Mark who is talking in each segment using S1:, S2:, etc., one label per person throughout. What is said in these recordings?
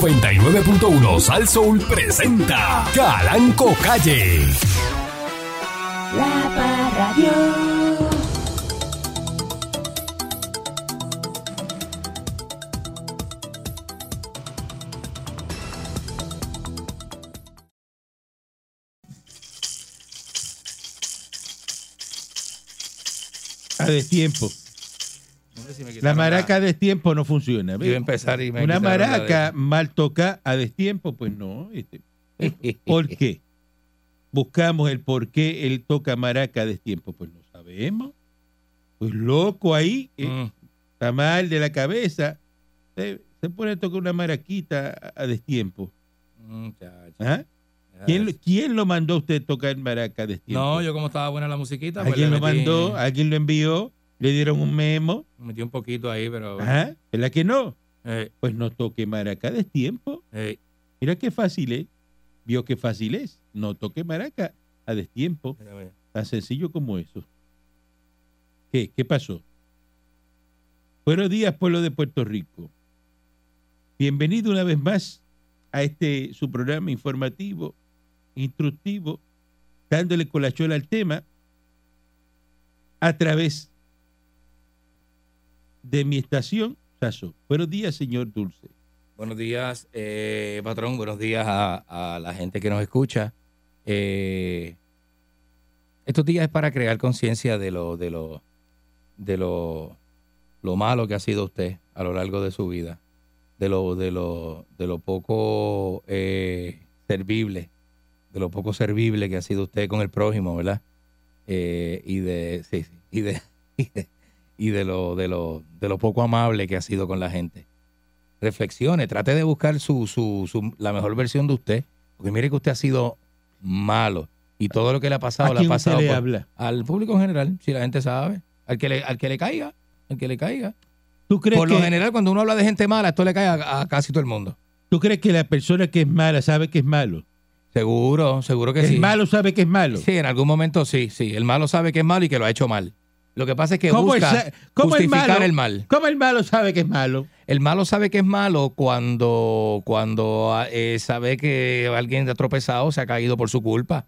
S1: 99.1 Sal Soul presenta Calanco Calle.
S2: La Parradio.
S3: A destiempo.
S4: No sé si me
S3: La
S4: quitaron
S3: maraca a destiempo no funciona.
S4: Yo
S3: ¿ves?
S4: iba a empezar y me
S3: Una
S4: quitaron la
S3: maraca mal toca a destiempo, pues no. este,
S4: de-
S3: ¿Por qué? Buscamos el por qué él toca maraca a destiempo, pues no sabemos. Pues loco ahí, eh,
S4: Mm.
S3: está mal de la cabeza. Se, se pone a tocar una maraquita a, a destiempo.
S4: Mm, chacho.
S3: ¿ah?
S4: Ya
S3: ¿Quién,
S4: ves.
S3: lo- quién lo mandó a usted tocar maraca a destiempo?
S4: No, yo como estaba buena la musiquita, pues
S3: ¿Alguien
S4: le
S3: lo
S4: metí-
S3: mandó? ¿Alguien lo envió? ¿Le dieron un memo?
S4: Metí un poquito ahí, pero...
S3: ¿Ah? ¿Verdad que no?
S4: Eh,
S3: Pues no toque maraca a destiempo.
S4: eh,
S3: Mira qué fácil es. Vio qué fácil es. No toque maraca a destiempo.
S4: mira, mira.
S3: Tan sencillo como eso. ¿Qué? ¿Qué pasó? Buenos días, pueblo de Puerto Rico. Bienvenido una vez más a este su programa informativo, instructivo, dándole colachola al tema a través de mi estación, Saso. Buenos días, señor Dulce.
S4: Buenos días, eh, patrón. Buenos días a, a la gente que nos escucha. Eh, estos días es para crear conciencia de lo, de lo, de lo, lo malo que ha sido usted a lo largo de su vida, de lo, de lo, de lo poco eh, servible, de lo poco servible que ha sido usted con el prójimo, ¿verdad? Eh, y de, sí, sí, y de, y de, y de lo, de lo, de lo poco amable que ha sido con la gente reflexione, trate de buscar su, su, su- la mejor versión de usted, porque mire que usted ha sido malo y todo lo que le ha pasado
S3: ¿A
S4: le ha
S3: quién
S4: pasado
S3: usted le
S4: por-
S3: habla?
S4: al público en general, si la gente sabe, al que le, al que le caiga, al que le caiga.
S3: ¿Tú crees
S4: Por
S3: que
S4: lo general, cuando uno habla de gente mala, esto le cae a, a casi todo el mundo.
S3: ¿Tú crees que la persona que es mala sabe que es malo?
S4: Seguro, seguro que
S3: el
S4: sí.
S3: malo sabe que es malo.
S4: Sí, en algún momento sí, sí. El malo sabe que es malo y que lo ha hecho mal. Lo que pasa es que
S3: ¿Cómo el
S4: busca
S3: sa- cómo el
S4: justificar
S3: malo?
S4: el mal.
S3: ¿Cómo el malo sabe que es malo?
S4: El malo sabe que es malo cuando, cuando ah, eh, sabe que alguien ha tropezado, se ha caído por su culpa.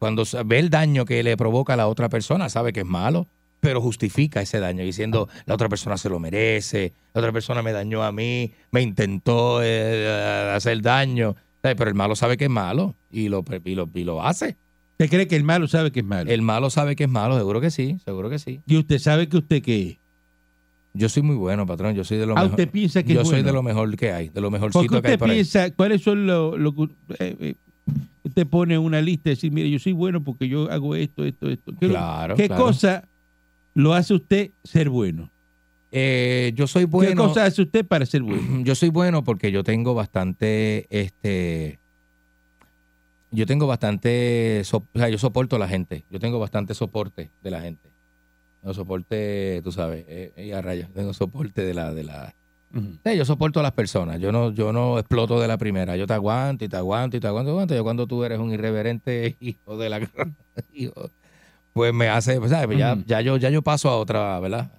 S4: Cuando sa- ve el daño que le provoca a la otra persona, sabe que es malo, pero justifica ese daño diciendo, la otra persona se lo merece, la otra persona me dañó a mí, me intentó eh, hacer daño. ¿Sabes? Pero el malo sabe que es malo y lo, y lo, y lo hace.
S3: ¿Usted cree que el malo sabe que es malo?
S4: El malo sabe que es malo, seguro que sí, seguro que sí.
S3: ¿Y usted sabe que usted qué es?
S4: Yo soy muy bueno, patrón, yo soy de lo
S3: Ah,
S4: mejor.
S3: usted piensa que
S4: Yo
S3: es
S4: soy
S3: bueno.
S4: de lo mejor que hay, de lo
S3: Porque
S4: mejorcito que hay
S3: usted
S4: por ahí.
S3: piensa, ¿cuáles son los... Lo, que- eh, eh, usted pone una lista y decir, mire, yo soy bueno porque yo hago esto, esto, esto. ¿Qué,
S4: Claro,
S3: qué
S4: claro.
S3: cosa lo hace usted ser bueno?
S4: Eh, yo soy
S3: ¿Qué
S4: bueno. mm,
S3: cosa hace usted para ser bueno?
S4: Yo soy bueno porque yo tengo bastante, este, yo tengo bastante, so- o sea, yo soporto a la gente. Yo tengo bastante soporte de la gente. No soporte, tú sabes, eh, eh, a rayos, tengo soporte de la, de la.
S3: Ujú.
S4: Sí, yo soporto a las personas. Yo no, yo no exploto de la primera. Yo te aguanto y te aguanto y te aguanto, aguanto. Yo cuando tú eres un irreverente hijo de la, gran- hijo, pues me hace, pues, ¿sabes? Ya,
S3: Ujú.
S4: ya yo, ya yo paso a otra, ¿verdad?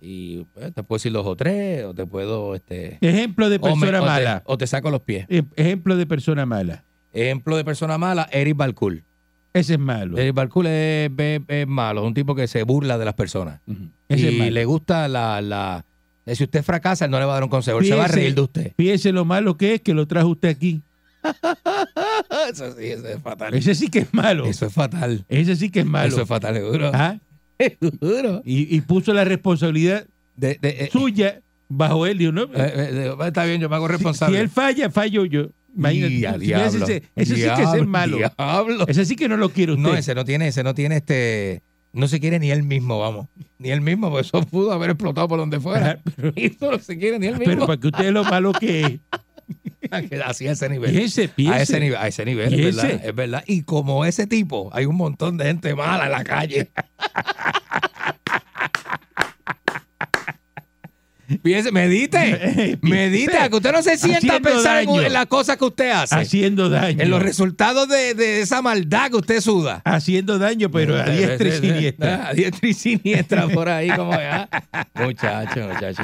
S4: Y pues, te puedo decir dos o tres, o te puedo, este,
S3: Ejemplo de
S4: o, me-
S3: persona
S4: o te-
S3: mala.
S4: o Te, saco los pies.
S3: Eh, Ejemplo de persona mala.
S4: Ejemplo de persona mala, Eric Balcool.
S3: Ese es malo.
S4: Eric Balcool es, es- es malo, es un tipo que se burla de las personas.
S3: Ujú. Ese es
S4: y
S3: malo.
S4: le gusta la, la... eh, Si usted fracasa, él no le va a dar un consejo, él se va a
S3: Fíjese.
S4: reír de usted.
S3: Fíjese lo malo que es que lo trajo usted aquí. Ah,
S4: Eso sí, eso es fatal.
S3: Ese sí que es malo.
S4: Eso es fatal.
S3: Ese sí que es malo. Ah.
S4: Eso es fatal, seguro.
S3: Ajá.
S4: Seguro.
S3: Y, y puso la responsabilidad
S4: De- de- eh,
S3: suya bajo él. Dijo, no,
S4: eh, eh, eh, está bien, yo me hago
S3: si
S4: responsable.
S3: él falla, fallo yo. Imagínate.
S4: Y a
S3: Mira, ese
S4: diablo.
S3: sí- ese sí que ese es
S4: Diablo,
S3: malo.
S4: diablo.
S3: Ese sí que no lo quiere usted.
S4: No, ese no tiene, ese no tiene este. No se quiere ni él mismo, vamos. Ni él mismo, porque eso pudo haber explotado por donde fuera.
S3: Ajá, pero,
S4: Y eso no se quiere ni él
S3: pero pues,
S4: mismo. Ah,
S3: para que usted lo malo que es.
S4: Así a ese nivel.
S3: Piense,
S4: A ese
S3: piense.
S4: nivel, a ese nivel,
S3: ¿Y
S4: es verdad,
S3: ese?
S4: es verdad. Y como ese tipo, hay un montón de gente mala en la calle. Piense, medite, medite, que usted no se sienta a
S3: Haciendo
S4: pensar en,
S3: daño.
S4: en las cosas que usted hace,
S3: haciendo daño.
S4: en los resultados de, de esa maldad que usted suda.
S3: haciendo daño, pero a diestra y siniestra.
S4: Ah, A diestra y siniestra por ahí, como ya. Muchacho, muchacho.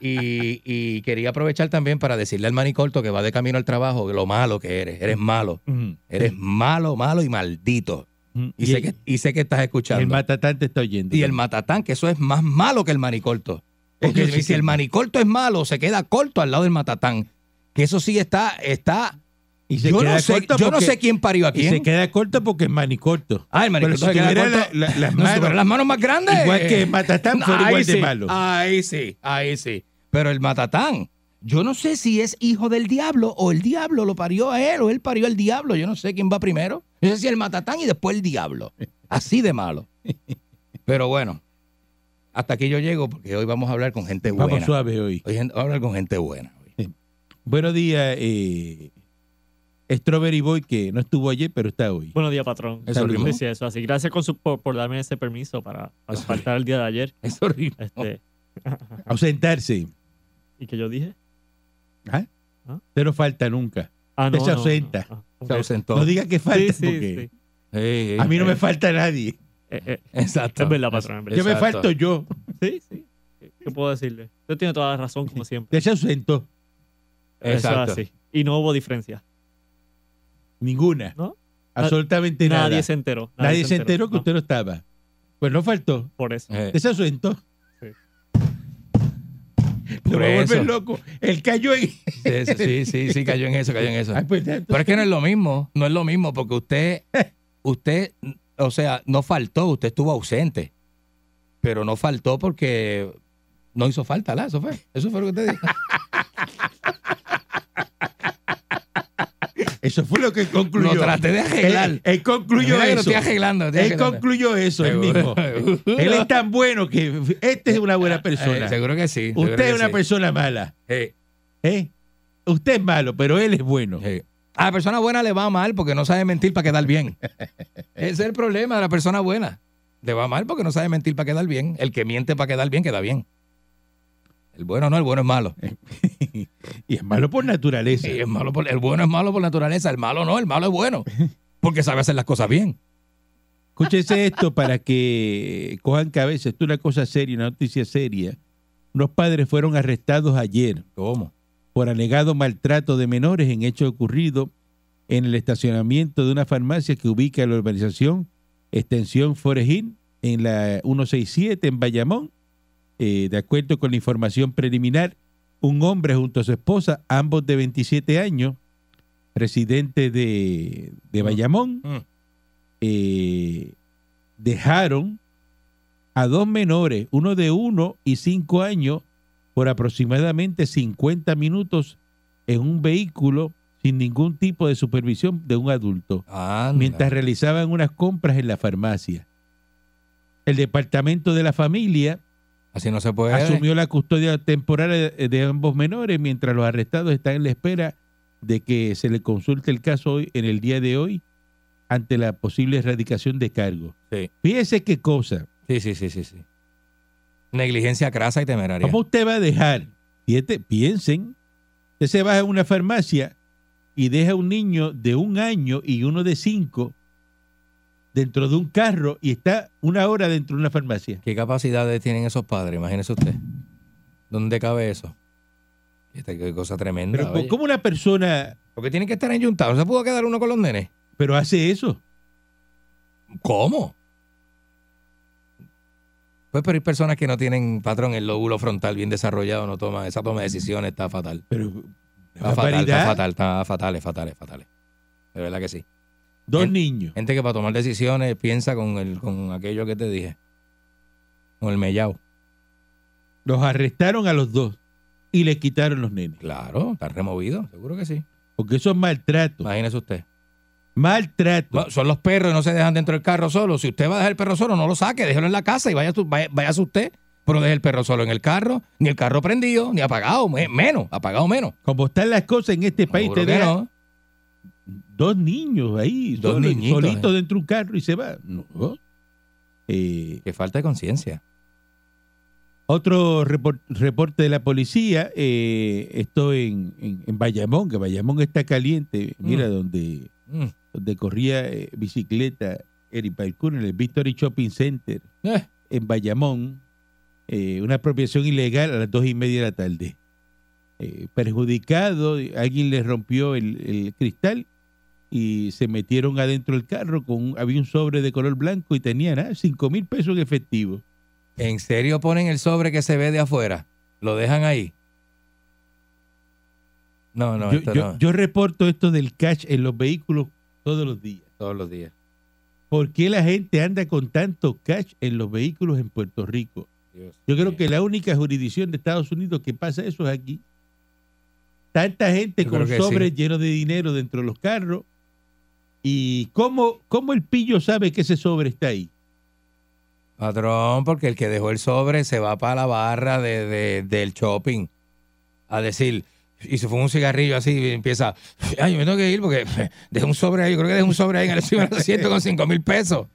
S4: Y, y quería aprovechar también para decirle al manicorto que va de camino al trabajo lo malo que eres. Eres malo.
S3: Ujú.
S4: Eres malo, malo y maldito.
S3: Ujú.
S4: Y, sé, que, y sé que estás escuchando.
S3: el matatán te está oyendo.
S4: y el matatán, que eso es más malo que el manicorto. Porque
S3: Eso sí
S4: si
S3: que-
S4: el manicorto es malo, se queda corto al lado del matatán. Que eso sí está, está.
S3: Y se
S4: Yo,
S3: queda
S4: no sé,
S3: corto
S4: yo no
S3: porque-
S4: sé quién parió a
S3: Y
S4: quién.
S3: se queda corto porque es manicorto.
S4: Ah, el
S3: Pero si
S4: manicorto se queda
S3: tuviera
S4: corto.
S3: la- la- las
S4: No, si
S3: manos-
S4: tuviera las manos más grandes.
S3: Igual que
S4: eh,
S3: Matatán fue
S4: ahí
S3: igual de
S4: sí,
S3: malo.
S4: Ahí sí, ahí sí. Pero el matatán, yo no sé si es hijo del diablo o el diablo lo parió a él o él parió al diablo. Yo no sé quién va primero. Yo sé si el matatán y después el diablo. Así de malo. Pero bueno, hasta aquí yo llego porque hoy vamos a hablar con gente buena.
S3: Vamos suave hoy.
S4: Hoy gen- vamos a hablar con gente buena.
S3: Buenos días, eh, Strawberry Boy, que no estuvo ayer, pero está hoy.
S5: Buenos días, patrón.
S4: Eso
S5: Sí,
S4: rimó.
S5: sí, eso así. Gracias con su- por, por darme ese permiso para, para faltar el día de ayer.
S4: Es horrible.
S5: Este,
S3: Oh. Ausentarse.
S5: ¿Y que yo dije?
S3: ¿Ah?
S5: ¿Ah?
S3: Usted no falta nunca.
S5: Ah,
S3: Usted se ausenta.
S5: no. Ah, ok.
S4: Se ausentó.
S3: No diga que falta,
S5: Sí, sí,
S3: porque
S5: sí.
S4: Sí, sí.
S3: a mí no me falta nadie.
S5: Eh, eh,
S4: Exacto.
S5: Es verdad, patrón, es verdad.
S3: Yo me
S4: Exacto.
S3: falto yo.
S5: Sí, sí. ¿Qué- ¿Qué puedo decirle? Usted tiene toda la razón, como siempre.
S3: Usted se ausentó.
S4: Exacto.
S5: Eso es así. Y no hubo diferencia.
S3: Ninguna.
S5: ¿No?
S3: Absolutamente
S5: nadie
S3: nada.
S5: se enteró.
S3: nadie, se enteró, que
S5: No,
S3: usted no estaba. Pues no faltó.
S5: Por eso.
S4: Eh,
S3: Usted se ausentó.
S5: Sí.
S3: Lo
S4: Por
S3: va a
S4: eso.
S3: volver loco. Él cayó en.
S4: sí, sí, sí, sí, cayó en eso, cayó en eso.
S3: Ay, pues, ya-
S4: Pero es que no es lo mismo, no es lo mismo porque usted, usted, o sea, no faltó, usted estuvo ausente, pero no faltó porque no hizo falta, ¿la? Eso fue, eso fue lo que usted dijo.
S3: Eso fue lo que concluyó.
S4: Lo traté de arreglar.
S3: Él, él concluyó
S4: Mira que lo
S3: eso.
S4: estoy arreglando. lo estoy
S3: él
S4: arreglando.
S3: concluyó eso él mismo. él es tan bueno que este es una buena persona.
S4: Eh, seguro que sí. seguro
S3: Usted
S4: que
S3: es una
S4: sí.
S3: persona mala.
S4: Eh,
S3: ¿eh? Usted es malo, pero él es bueno.
S4: eh. A la persona buena le va mal porque no sabe mentir para quedar bien. Ese es el problema de la persona buena. Le va mal porque no sabe mentir para quedar bien. El que miente para quedar bien, queda bien. El bueno no, el bueno es malo.
S3: Y es malo por naturaleza.
S4: Sí, es malo por- el bueno es malo por naturaleza, el malo no, el malo es bueno. Porque sabe hacer las cosas bien.
S3: Escúchese esto para que cojan cabeza. Esto es una cosa seria, una noticia seria. Unos padres fueron arrestados ayer
S4: ¿Cómo?
S3: por alegado maltrato de menores en hecho ocurrido en el estacionamiento de una farmacia que ubica la urbanización Extensión Forest Hill en la 167 en Bayamón. Eh, de acuerdo con la información preliminar, un hombre junto a su esposa, ambos de 27 años, residentes de, de Bayamón,
S4: Mm.
S3: eh, dejaron a dos menores, uno de 1 y 5 años, por aproximadamente 50 minutos en un vehículo sin ningún tipo de supervisión de un adulto, mientras realizaban unas compras en la farmacia. El departamento de la familia
S4: Así no se puede.
S3: asumió la custodia temporal de de ambos menores mientras los arrestados están en la espera de que se le consulte el caso hoy, en el día de hoy ante la posible erradicación de cargo.
S4: Sí.
S3: Fíjese qué cosa.
S4: Sí, sí, sí, sí, sí. Negligencia crasa y temeraria.
S3: ¿Cómo usted va a dejar? Fíjate, piensen. Usted se baja a una farmacia y deja un niño de un año y uno de cinco dentro de un carro y está una hora dentro de una farmacia.
S4: ¿Qué capacidades tienen esos padres? Imagínese usted. ¿Dónde cabe eso? Esta qué cosa tremenda.
S3: Pero
S4: oye.
S3: ¿cómo una persona
S4: Porque tienen que estar enyuntados. ¿No se pudo quedar uno con los nenes?
S3: pero hace eso?
S4: ¿Cómo? Pues, pero hay personas que no tienen patrón, el lóbulo frontal bien desarrollado, no toman esa toma de decisiones, está fatal.
S3: Pero
S4: Está fatal, está
S3: barbaridad.
S4: fatal, está fatal, es fatal, es fatal. De verdad que sí.
S3: dos
S4: En-
S3: niños.
S4: Gente que para tomar decisiones piensa con el, con aquello que te dije. Con el mellao.
S3: Los arrestaron a los dos y le quitaron los nenes.
S4: Claro, está removido, seguro que sí.
S3: Porque eso es maltrato.
S4: Imagínese usted.
S3: Maltrato.
S4: Bueno, Son los perros y no se dejan dentro del carro solo. Si usted va a dejar el perro solo, no lo saque, déjelo en la casa y vaya, tu- vaya, váyase usted. Pero deje el perro solo en el carro, ni el carro prendido, ni apagado, me- menos, apagado menos.
S3: Como están las cosas en este país,
S4: Seguro
S3: te
S4: que
S3: deja
S4: no.
S3: dos niños ahí,
S4: Dos
S3: solo-
S4: niñitos,
S3: solitos
S4: eh.
S3: dentro de un carro y se va. No. Eh,
S4: Que falta de conciencia.
S3: Otro repor- reporte de la policía, eh, esto en, en, en Bayamón, que Bayamón está caliente. Mira,
S4: Mm.
S3: donde,
S4: Mm.
S3: donde corría eh, bicicleta Eric Balcour en el Victory Shopping Center
S4: Eh,
S3: en Bayamón eh, una apropiación ilegal a las dos y media de la tarde. Eh, perjudicado, alguien le rompió el, el cristal y se metieron adentro del carro con un- había un sobre de color blanco y tenían ah, cinco mil pesos en efectivo.
S4: ¿En serio ponen el sobre que se ve de afuera? ¿Lo dejan ahí? No, no,
S3: yo,
S4: esto
S3: yo-
S4: no.
S3: yo reporto esto del cash en los vehículos todos los días.
S4: Todos los días.
S3: ¿Por qué la gente anda con tanto cash en los vehículos en Puerto Rico?
S4: Dios
S3: Yo creo
S4: mío.
S3: que la única jurisdicción de Estados Unidos que pasa eso es aquí. Tanta gente
S4: Yo creo
S3: con
S4: que sí.
S3: sobres llenos de dinero dentro de los carros. ¿Y cómo, cómo el pillo sabe que ese sobre está ahí?
S4: Patrón, porque el que dejó el sobre se va para la barra de, de- del shopping a decir, y se fue un cigarrillo así y empieza, ay, yo me tengo que ir porque dejé un sobre ahí, yo creo que dejé un sobre ahí en el encima del asiento con cinco mil pesos,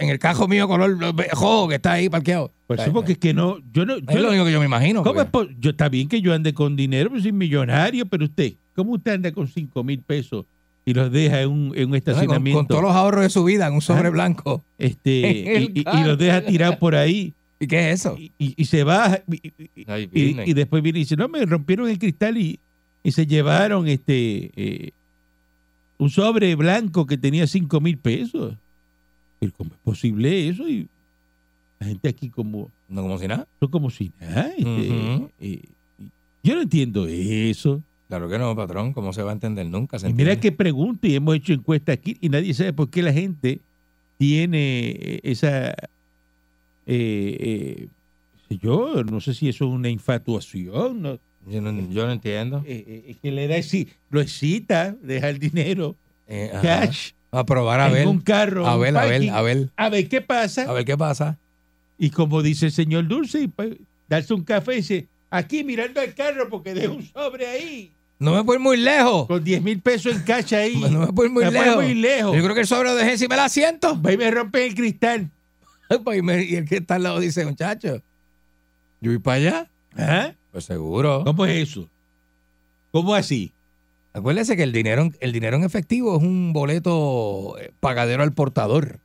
S4: en el cajo mío color rojo que está ahí parqueado.
S3: Pues
S4: Ay,
S3: sí, porque es pues. que no, yo no,
S4: no, es
S3: yo
S4: lo
S3: no-
S4: único que yo me imagino.
S3: ¿cómo es
S4: porque-
S3: po- yo, está bien que yo ande con dinero, pues soy millonario, pero usted, ¿cómo usted anda con cinco mil pesos y los deja en un, en un
S4: no, con- con,
S3: estacionamiento?
S4: todos los ahorros de su vida en un sobre
S3: Ah.
S4: blanco.
S3: este,
S4: en el
S3: y, y- y
S4: carro.
S3: los deja tirados por ahí
S4: ¿Y qué es eso?
S3: y, y- y se baja y- y-
S4: Ay,
S3: y,
S4: business.
S3: y después viene y dice, no, me rompieron el cristal y, y se llevaron este eh, un sobre blanco que tenía cinco mil pesos. Pero ¿Cómo es posible eso? Y la gente aquí como,
S4: no como si nada.
S3: son como si nada. este,
S4: Ujú.
S3: eh, y yo no entiendo eso.
S4: Claro que no, patrón, ¿cómo se va a entender nunca? ¿Se
S3: Y mira
S4: entiende?
S3: qué pregunta y hemos hecho encuestas aquí y nadie sabe por qué la gente tiene eh, esa... eh, eh, yo no sé si eso es una infatuación, no,
S4: Yo no, yo no entiendo.
S3: eh, eh, es que le da exi- lo excita dejar dinero
S4: Eh, ajá.
S3: cash
S4: A probar a ver.
S3: en un carro
S4: A
S3: un
S4: ver, a ver,
S3: parking,
S4: a ver.
S3: a ver qué pasa
S4: A ver qué pasa.
S3: y como dice el señor Dulce y pa- darse un café y dice aquí mirando al carro porque dejo un sobre ahí
S4: No me puedo ir muy lejos.
S3: con 10 mil pesos en cash ahí
S4: No me puedo ir muy
S3: Me
S4: lejos.
S3: puedo ir lejos.
S4: Yo creo que el sobre lo dejé encima del asiento.
S3: Va y me rompen el cristal
S4: pues, Y, me- y el que está al lado dice, muchacho, ¿yo voy para allá?
S3: ¿Ah?
S4: Pues seguro.
S3: ¿cómo es eso? ¿cómo así?
S4: Acuérdese que el dinero, en- el dinero en efectivo es un boleto eh, pagadero al portador.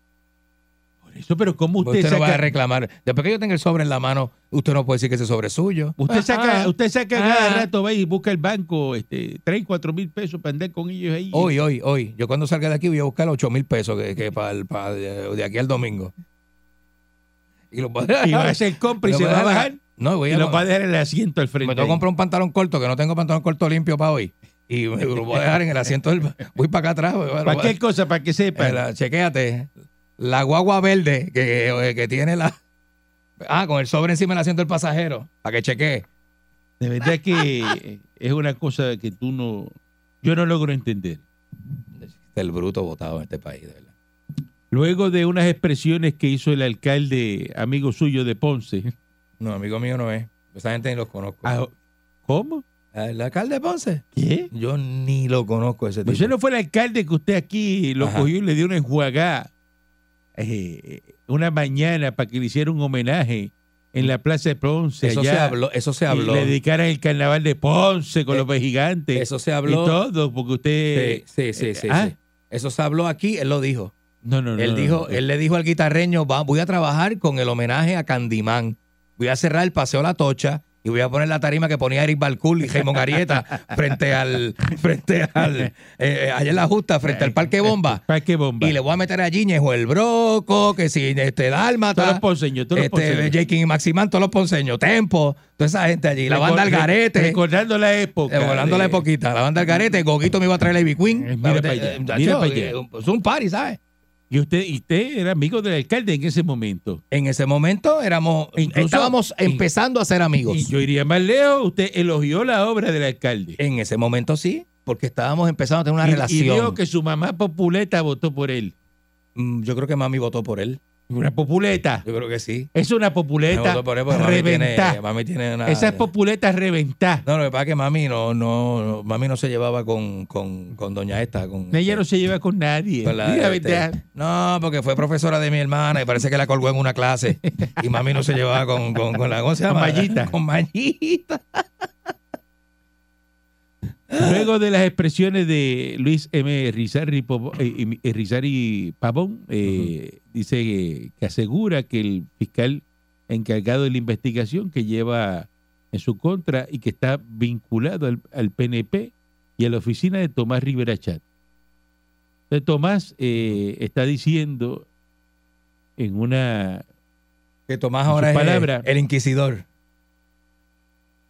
S3: Por eso pero ¿cómo
S4: Usted,
S3: usted
S4: no va a
S3: saca
S4: reclamar. Después que yo tenga el sobre en la mano, usted no puede decir que ese sobre es suyo.
S3: usted
S4: Ajá.
S3: saca usted saca cada
S4: Ah.
S3: rato va y busca el banco este 3, 4 mil pesos para andar con ellos ahí
S4: Hoy, hoy, hoy. Yo cuando salga de aquí voy a buscar los 8 mil pesos que, que para el- para de, de aquí al domingo. Y, los voy a-
S3: y va a hacer compra y
S4: los
S3: se
S4: voy
S3: va a
S4: dejar-
S3: bajar
S4: No, voy
S3: Y
S4: a,
S3: lo va a dejar en el asiento al
S4: me
S3: frente.
S4: tengo
S3: ahí.
S4: que comprar un pantalón corto, que no tengo pantalón corto limpio para hoy. Y me lo voy a dejar en el asiento del... Voy para acá atrás. voy- voy-
S3: Cualquier cosa para que sepa.
S4: eh, la- chequéate. La guagua verde que, eh, que- que tiene la... Ah, con el sobre encima del asiento del pasajero. Para que chequee.
S3: De verdad que es una cosa que tú no. Yo no logro entender.
S4: Este El bruto votado en este país, de verdad.
S3: Luego de unas expresiones que hizo el alcalde, amigo suyo de Ponce.
S4: No, amigo mío no es. Esa gente ni los conozco.
S3: Ah, ¿Cómo?
S4: ¿El alcalde de Ponce?
S3: ¿Qué?
S4: Yo ni lo conozco ese tipo.
S3: Pues ese no fue el alcalde que usted aquí lo
S4: Ajá.
S3: cogió y le dio una enjuagada eh, una mañana para que le hiciera un homenaje en la plaza de Ponce.
S4: eso,
S3: allá,
S4: se habló, eso se
S3: Y
S4: habló.
S3: le dedicaran el carnaval de Ponce con
S4: Eh,
S3: los gigantes.
S4: Eso se
S3: y
S4: habló.
S3: todo, porque usted.
S4: Sí, sí, sí,
S3: eh,
S4: sí,
S3: ah.
S4: sí. Eso se habló aquí, él lo dijo.
S3: No, no, no.
S4: él
S3: no,
S4: dijo,
S3: no.
S4: él le dijo al guitarreño, "Va, voy a trabajar con el homenaje a Candimán. Voy a cerrar el paseo La Tocha y voy a poner la tarima que ponía Eric Balcool y Raymond Arieta frente al, frente al, eh, allá en la justa, frente al Parque Bomba.
S3: Parque Bomba.
S4: Y le voy a meter allí Ñejo el Broco, que si este
S3: todos los
S4: Dálmata,
S3: ponceños, todos los
S4: este,
S3: ponceños.
S4: J. King y Maximán, todos los ponceños, Tempo, toda esa gente allí, la
S3: Recor-
S4: banda
S3: re-
S4: Algarete.
S3: Recordando la época.
S4: Eh, volando
S3: de-
S4: la poquita, la banda del garete, Goguito me iba a traer el Ivy Queen.
S3: Eh, mira pa' allá,
S4: Eh,
S3: mira
S4: yo,
S3: pa' allá.
S4: eh, Es un party, ¿sabes?
S3: Y usted, y usted era amigo del alcalde en ese momento.
S4: En ese momento éramos,
S3: Incluso-
S4: estábamos
S3: in-
S4: empezando a ser amigos.
S3: Y yo iría más lejos, usted elogió la obra del alcalde.
S4: en ese momento sí, porque estábamos empezando a tener una
S3: Y- y,
S4: relación.
S3: vio que su mamá populeta votó por él.
S4: Mm, Yo creo que mami votó por él.
S3: Una populeta.
S4: Yo creo que sí.
S3: Es una
S4: Me
S3: populeta
S4: votó por él porque mami tiene,
S3: reventar.
S4: mami tiene una...
S3: Esa es populeta reventar.
S4: No, lo que pasa es que mami no, no, no- mami no se llevaba con, con, con doña esta. Con,
S3: Ella no se lleva con nadie.
S4: con la-
S3: Di la
S4: este,
S3: verdad.
S4: no, porque fue profesora de mi hermana y parece que la colgó en una clase. Y mami no se llevaba con, con, con la... ¿Cómo se
S3: Con
S4: llama?
S3: Mallita.
S4: Con Mallita.
S3: Luego de las expresiones de Luis M. Rizarri, Popo- eh, eh, Rizarri Pavón, eh, dice que, que asegura que el fiscal encargado de la investigación que lleva en su contra y que está vinculado al, al PNP y a la oficina de Tomás Rivera Chat. Entonces, Tomás eh, está diciendo en una
S4: Que Tomás
S3: Con
S4: ahora
S3: sus
S4: es
S3: palabras.
S4: el inquisidor.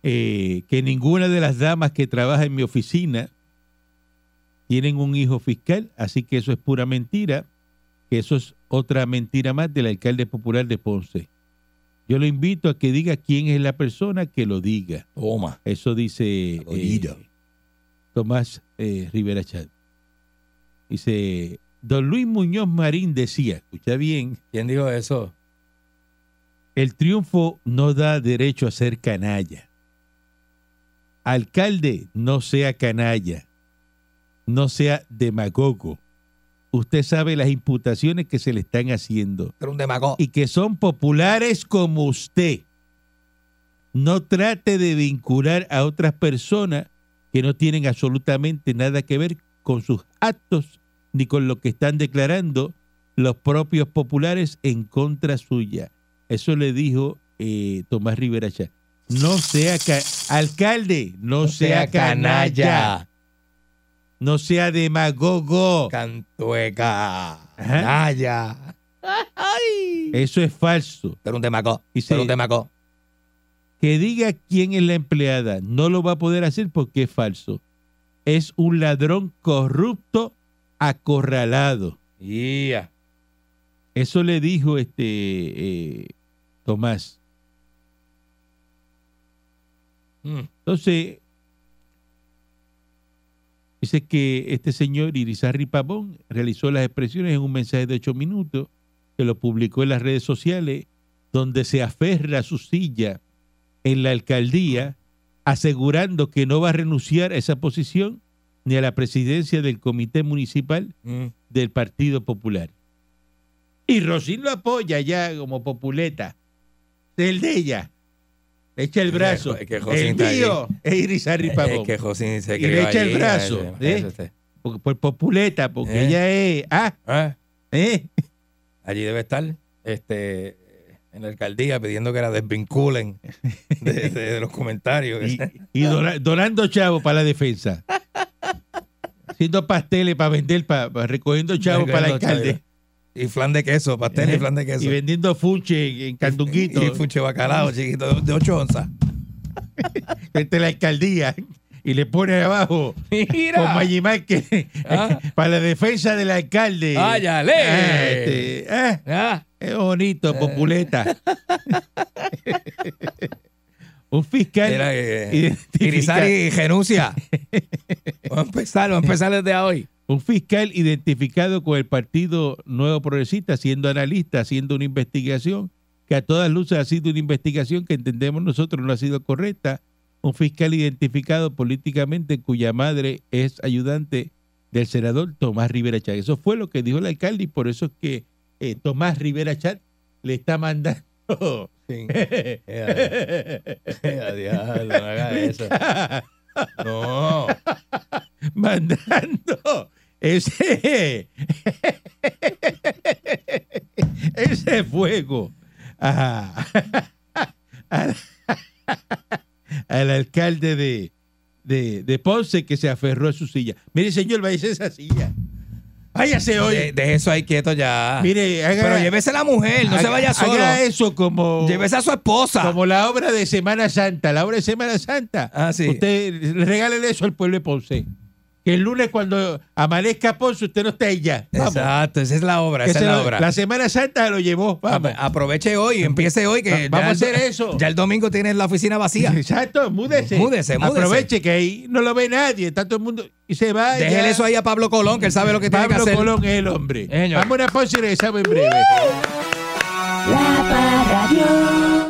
S3: eh, que ninguna de las damas que trabaja en mi oficina tienen un hijo fiscal, así que eso es pura mentira, que eso es otra mentira más del alcalde popular de Ponce. Yo lo invito a que diga quién es la persona que lo diga.
S4: Toma.
S3: Eso dice eh,
S4: Abollido.
S3: Tomás eh, Rivera Chad. Dice, don Luis Muñoz Marín decía, escucha bien,
S4: ¿Quién dijo eso?
S3: el triunfo no da derecho a ser canalla. Alcalde, no sea canalla. No sea demagogo. Usted sabe las imputaciones que se le están haciendo
S4: Era un demagogo.
S3: y que son populares como usted. No trate de vincular a otras personas que no tienen absolutamente nada que ver con sus actos ni con lo que están declarando los propios populares en contra suya. Eso le dijo eh, Tomás Rivera Chá. No sea ca- alcalde, no, sea, canalla. no sea demagogo.
S4: Cantueca.
S3: Ajá.
S4: Naya.
S3: Eso es falso.
S4: Era un demagogo.
S3: Y se-
S4: Era un demagogo.
S3: que diga quién es la empleada no lo va a poder hacer porque es falso. Es un ladrón corrupto acorralado.
S4: Yeah.
S3: Eso le dijo este eh, Tomás.
S4: Mm.
S3: Entonces, dice que este señor Irizarri Pavón realizó las expresiones en un mensaje de ocho minutos que lo publicó en las redes sociales, donde se aferra a su silla en la alcaldía, asegurando que no va a renunciar a esa posición ni a la presidencia del comité municipal
S4: Mm.
S3: del Partido Popular. Y Rosín lo apoya ya como populeta. El de ella. Le echa el
S4: Es que-
S3: brazo.
S4: es que Rosín
S3: el
S4: está
S3: mío es Irizarri Pavón.
S4: Es que Josín se
S3: Y le
S4: crió
S3: echa
S4: allí,
S3: el brazo,
S4: eh,
S3: ¿eh?
S4: eso está.
S3: Por, por populeta, porque
S4: Eh.
S3: ella es. Ah,
S4: Ah,
S3: eh.
S4: Allí debe estar este, en la alcaldía pidiendo que la desvinculen de, de- de los comentarios.
S3: Y, y dona- donando chavos para la defensa. Haciendo pasteles para vender, para, recogiendo chavos para el
S4: Recogiendo chavos.
S3: alcalde. Eh,
S4: Y flan de queso, pastel y flan de queso.
S3: Y vendiendo funche en, en Candunguito.
S4: Y fuche bacalao, chiquito, de 8 onzas.
S3: frente a la alcaldía. Y le pone abajo con
S4: Mira.
S3: Maggi Márquez,
S4: Ah.
S3: para la defensa del alcalde.
S4: ¡Áyale!
S3: Ah, este, ah,
S4: Ah,
S3: es bonito, populeta. Un fiscal.
S4: Era, eh,
S3: identifica-
S4: Irizarry renuncia. Vamos a empezar, vamos a empezar desde hoy.
S3: Un fiscal identificado con el Partido Nuevo Progresista, siendo analista, haciendo una investigación que a todas luces ha sido una investigación que entendemos nosotros no ha sido correcta. Un fiscal identificado políticamente cuya madre es ayudante del senador Tomás Rivera Chat. Eso fue lo que dijo el alcalde y por eso es que eh, Tomás Rivera Chat le está mandando
S4: Eh, No.
S3: mandando ese ese fuego a- al, al alcalde de, de, de Ponce que se aferró a su silla. Mire, señor, váyase de esa silla. Váyase
S4: De,
S3: hoy.
S4: de eso ahí quieto ya.
S3: Mire, haga,
S4: Pero llévese a la mujer, no se
S3: haga-
S4: vaya solo.
S3: haga eso como,
S4: Llévese a su esposa.
S3: como la obra de Semana Santa, la obra de Semana Santa.
S4: Ah, sí.
S3: Usted le regálele eso al pueblo de Ponce. Que el lunes cuando amanezca Ponce usted no está ahí ya. Vamos.
S4: Exacto, esa es la obra,
S3: Que
S4: esa es
S3: se
S4: la
S3: lo-
S4: obra. Ah,
S3: la Semana Santa lo llevó. Vamos.
S4: Ap- Aproveche hoy, empiece hoy que
S3: Va- vamos
S4: ya
S3: a
S4: el-
S3: hacer eso.
S4: Ya el domingo tienes la oficina vacía.
S3: Exacto, múdese.
S4: Múdese, múdese.
S3: Aproveche que ahí no lo ve nadie, está todo el mundo y se va.
S4: Déjele eso ahí a Pablo Colón, que él sabe lo que tiene que
S3: Pablo
S4: hacer.
S3: Colón es el hombre.
S4: Señor.
S3: Vamos a una pausa y regresamos en breve.
S2: La Parradio.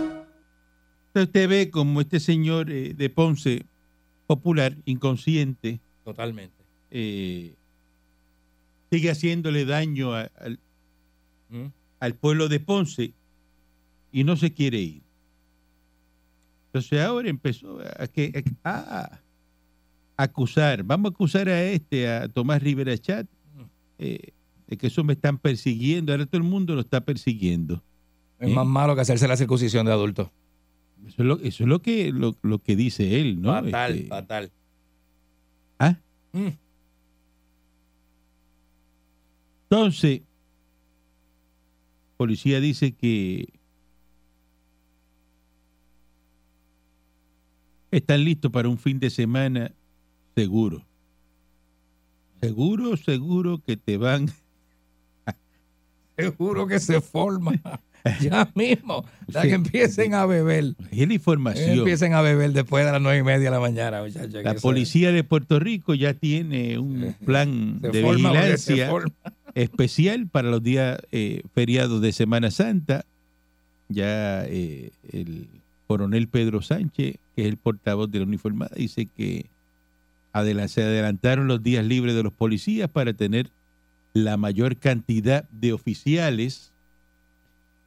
S3: Entonces usted ve como este señor eh, de Ponce, popular, inconsciente,
S4: Totalmente.
S3: eh, sigue haciéndole daño a- al,
S4: ¿Mm?
S3: al pueblo de Ponce y no se quiere ir. Entonces ahora empezó a, que, a- a acusar, vamos a acusar a este, a Tomás Rivera Chat, eh, de que eso me están persiguiendo, ahora todo el mundo lo está persiguiendo.
S4: Es
S3: ¿Eh?
S4: más malo que hacerse la circuncisión de adulto.
S3: Eso es lo, eso es lo que lo, lo que dice él, ¿no?
S4: fatal,
S3: Este,
S4: fatal.
S3: ¿ah?
S4: Mm.
S3: Entonces, policía dice que están listos para un fin de semana seguro. Seguro, seguro que te van.
S4: Seguro que se forma ya mismo. Ya que
S3: Sí.
S4: empiecen a beber.
S3: Es la información.
S4: Empiecen a beber después de las nueve y media de la mañana. muchachos, que
S3: La
S4: se-
S3: policía de Puerto Rico ya tiene un plan
S4: se
S3: de
S4: forma, oye, se
S3: vigilancia.
S4: forma.
S3: especial para los días eh, feriados de Semana Santa. Ya eh, el coronel Pedro Sánchez, que es el portavoz de la uniformada, dice que adela- se adelantaron los días libres de los policías para tener la mayor cantidad de oficiales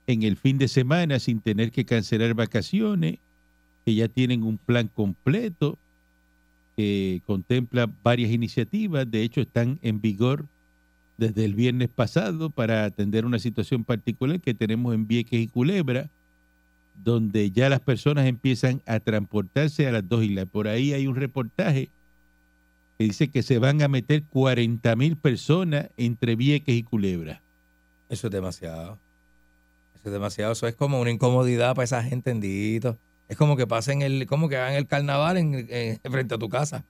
S3: en el fin de semana sin tener que cancelar vacaciones, que ya tienen un plan completo que contempla varias iniciativas, de hecho están en vigor desde el viernes pasado para atender una situación particular que tenemos en Vieques y Culebra, donde ya las personas empiezan a transportarse a las dos islas. Por ahí hay un reportaje que dice que se van a meter 40 mil personas entre Vieques y Culebra.
S4: Eso es demasiado. Eso es demasiado. Eso es como una incomodidad para esa gente, endito. Es como que pasen el, como que hagan el carnaval en, en- frente a tu casa.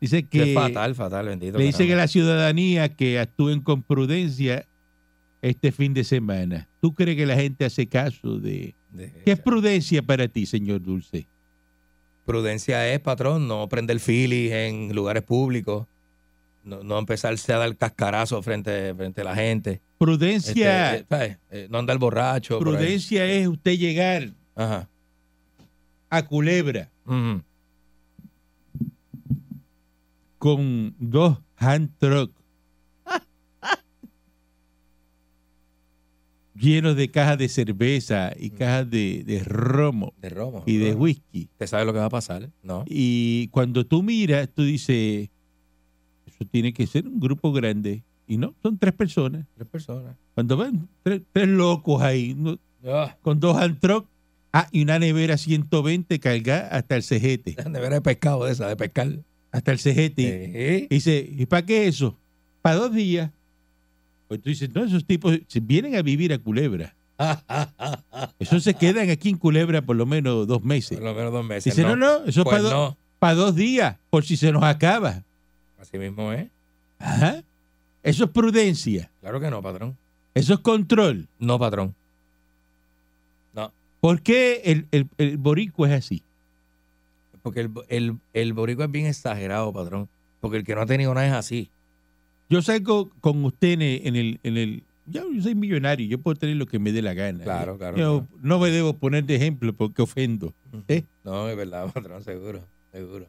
S3: Dice
S4: Eso
S3: que
S4: es fatal, fatal, bendito.
S3: le dice que
S4: caramba.
S3: la ciudadanía que actúen con prudencia este fin de semana. ¿Tú crees que la gente hace caso de...
S4: De-
S3: ¿Qué es prudencia para ti, señor Dulce?
S4: Prudencia es, patrón, no prender filis en lugares públicos. No, no empezarse a dar cascarazo frente, frente a la gente. Este,
S3: Prudencia...
S4: eh, ¿sabes? Eh, no andar borracho. por ahí.
S3: ah. Prudencia es usted llegar
S4: Ajá.
S3: a Culebra
S4: Ujú.
S3: con dos hand truck llenos de cajas de cerveza y
S4: Mm.
S3: cajas de, de romo
S4: De romo.
S3: y de whisky.
S4: ¿Te sabes lo que va a pasar? No.
S3: Y cuando tú miras, tú dices, eso tiene que ser un grupo grande. Y no, son tres personas.
S4: Tres personas.
S3: Cuando ven, tres, tres locos ahí, ¿no?
S4: Ah,
S3: con dos hand truck ah, y una nevera 120 cargada hasta el cejete.
S4: de ver de pescado de esa, de pescar.
S3: Hasta el cejete.
S4: Eh,
S3: Y dice, ¿y para qué eso? Para dos días. Pues tú dices, no, esos tipos se vienen a vivir a Culebra. Eso se quedan aquí en Culebra por lo menos dos meses.
S4: Por lo menos dos meses.
S3: Dice, no, no, eso es
S4: Pues
S3: para, do-
S4: no.
S3: para dos días, por si se nos acaba.
S4: Así mismo ¿eh? es.
S3: Ajá. Eso es prudencia,
S4: Claro que no, patrón.
S3: eso es control.
S4: No, patrón.
S3: ¿Por qué el, el, el boricua es así?
S4: Porque el, el, el boricua es bien exagerado, patrón. Porque el que no ha tenido nada es así.
S3: Yo salgo con usted en el... en el- en el- ya, yo soy millonario, yo puedo tener lo que me dé la gana. ¿eh?
S4: Claro, claro,
S3: Yo no me debo poner de ejemplo porque ofendo. ¿Eh?
S4: No, es verdad, patrón, seguro, seguro.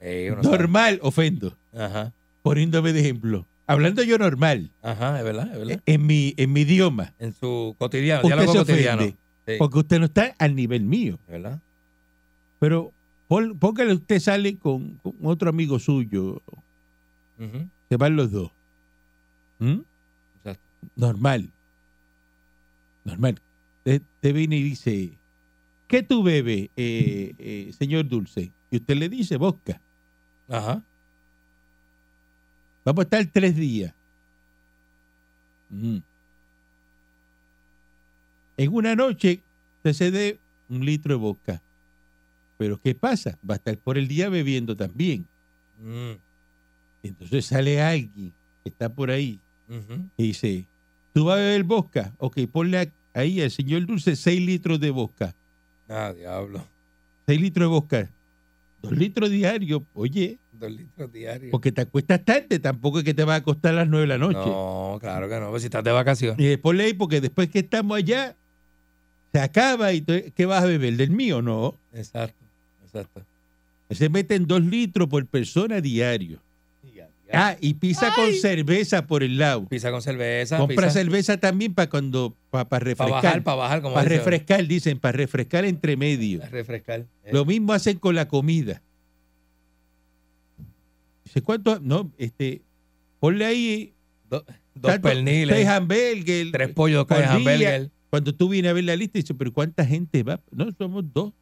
S4: Eh, uno sabe.
S3: Normal ofendo.
S4: Ajá,
S3: poniéndome de ejemplo, hablando yo normal,
S4: ajá, es verdad, es verdad.
S3: en mi, en mi idioma,
S4: en su cotidiano,
S3: usted
S4: diálogo
S3: se
S4: cotidiano.
S3: ofende,
S4: Sí,
S3: porque usted no está al nivel mío.
S4: ¿Verdad?
S3: Pero pon- póngale, usted sale con, con otro amigo suyo,
S4: Ujú.
S3: se van los dos. ¿Mm?
S4: Exacto.
S3: Normal. Normal. Te, te viene y dice, ¿qué tú bebes, eh, eh, señor Dulce? Y usted le dice, vodka.
S4: Ajá.
S3: Vamos a estar tres días. Mm. En una noche usted se dé un litro de vodka. Pero ¿qué pasa? Va a estar por el día bebiendo también.
S4: Mm,
S3: Entonces sale alguien que está por ahí
S4: ujú.
S3: y dice, ¿tú vas a beber vodka? Ok, ponle ahí al señor Dulce seis litros de vodka.
S4: Ah, diablo.
S3: Seis litros de vodka. Dos litros diarios. Oye,
S4: dos litros diarios.
S3: Porque te acuestas tarde, tampoco es que te va a acostar a las nueve de la noche.
S4: No, claro que no, pues si estás de vacaciones.
S3: Y después leí, porque después que estamos allá, se acaba y entonces, ¿qué vas a beber? ¿Del mío? No.
S4: Exacto, exacto.
S3: Se meten dos litros por persona diario. Ah, y pizza con cerveza por el lado.
S4: Pizza con cerveza.
S3: Compra
S4: pizza-
S3: cerveza también para cuando para
S4: Para
S3: refrescar. Para
S4: bajar, para bajar, como dice,
S3: refrescar, dicen, para refrescar entre medio.
S4: Refrescar. Eh,
S3: Lo mismo hacen con la comida. Dice, ¿cuánto? No, este, ponle ahí
S4: do- dos
S3: tanto- seis
S4: perniles,
S3: hamburgues,
S4: tres pollos
S3: por
S4: con
S3: día.
S4: hamburger.
S3: Cuando tú vienes a ver la lista, dice, pero ¿cuánta gente va? No, somos dos.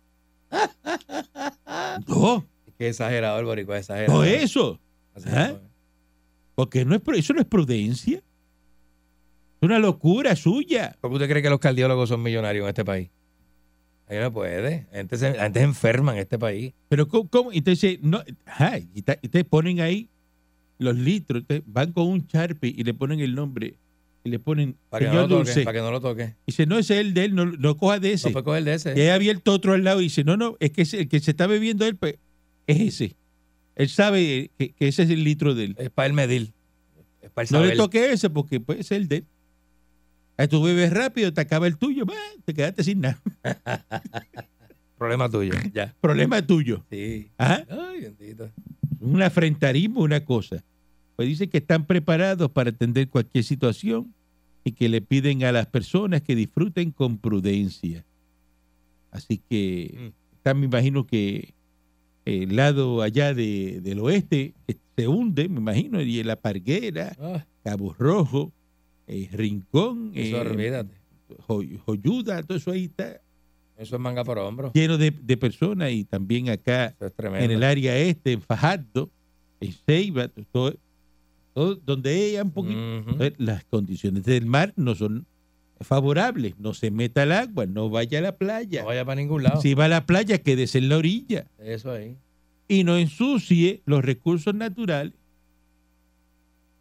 S3: dos,
S4: Qué exagerado el boricua, exagerado.
S3: todo eso.
S4: Así eh.
S3: ¿Ah?
S4: es.
S3: Porque no es, pru- eso no es prudencia. Es una locura suya.
S4: ¿Por qué usted cree que los cardiólogos son millonarios en este país? Ahí no puede. La gente se, la gente se enferma en este país.
S3: Pero ¿cómo? cómo? Entonces, no, ajá, y ta- y te ponen ahí los litros, te- van con un Sharpie y le ponen el nombre y le ponen
S4: Para que, no
S3: señor
S4: lo toque,
S3: Dulce.
S4: para que no lo toque.
S3: Dice, no, ese es el de él, no, no coja de ese.
S4: No puede coger de ese.
S3: y hay abierto otro al lado y dice, no, no, es que ese- el que se está bebiendo él pues, es ese. Él sabe que, que ese es el litro de él.
S4: Es para el medir. Es para el
S3: No
S4: saber.
S3: le toque ese porque puede ser el de él. Ahí tú bebes rápido, te acaba el tuyo, bah, te quedaste sin nada.
S4: Problema tuyo. Ya.
S3: Problema tuyo.
S4: Sí.
S3: Ajá.
S4: Ay, bendito.
S3: un afrentarismo, una cosa. Pues dicen que están preparados para atender cualquier situación y que le piden a las personas que disfruten con prudencia. Así que está, me imagino que el lado allá de- del oeste que se hunde, me imagino, y la Parguera,
S4: Ah,
S3: Cabo Rojo, eh, Rincón,
S4: eso,
S3: eh,
S4: olvídate.
S3: Joy- Joyuda, todo eso ahí está
S4: Eso es manga por hombro.
S3: lleno de, de personas y también acá
S4: Eso es tremendo.
S3: en el área este, en Fajardo, en Ceiba, todo, todo donde haya un poquito.
S4: Ujú.
S3: Entonces, Las condiciones del mar no son favorables. No se meta al agua, no vaya a la playa.
S4: No vaya para ningún lado.
S3: Si va a la playa, quédese en la orilla
S4: Eso ahí.
S3: y no ensucie los recursos naturales.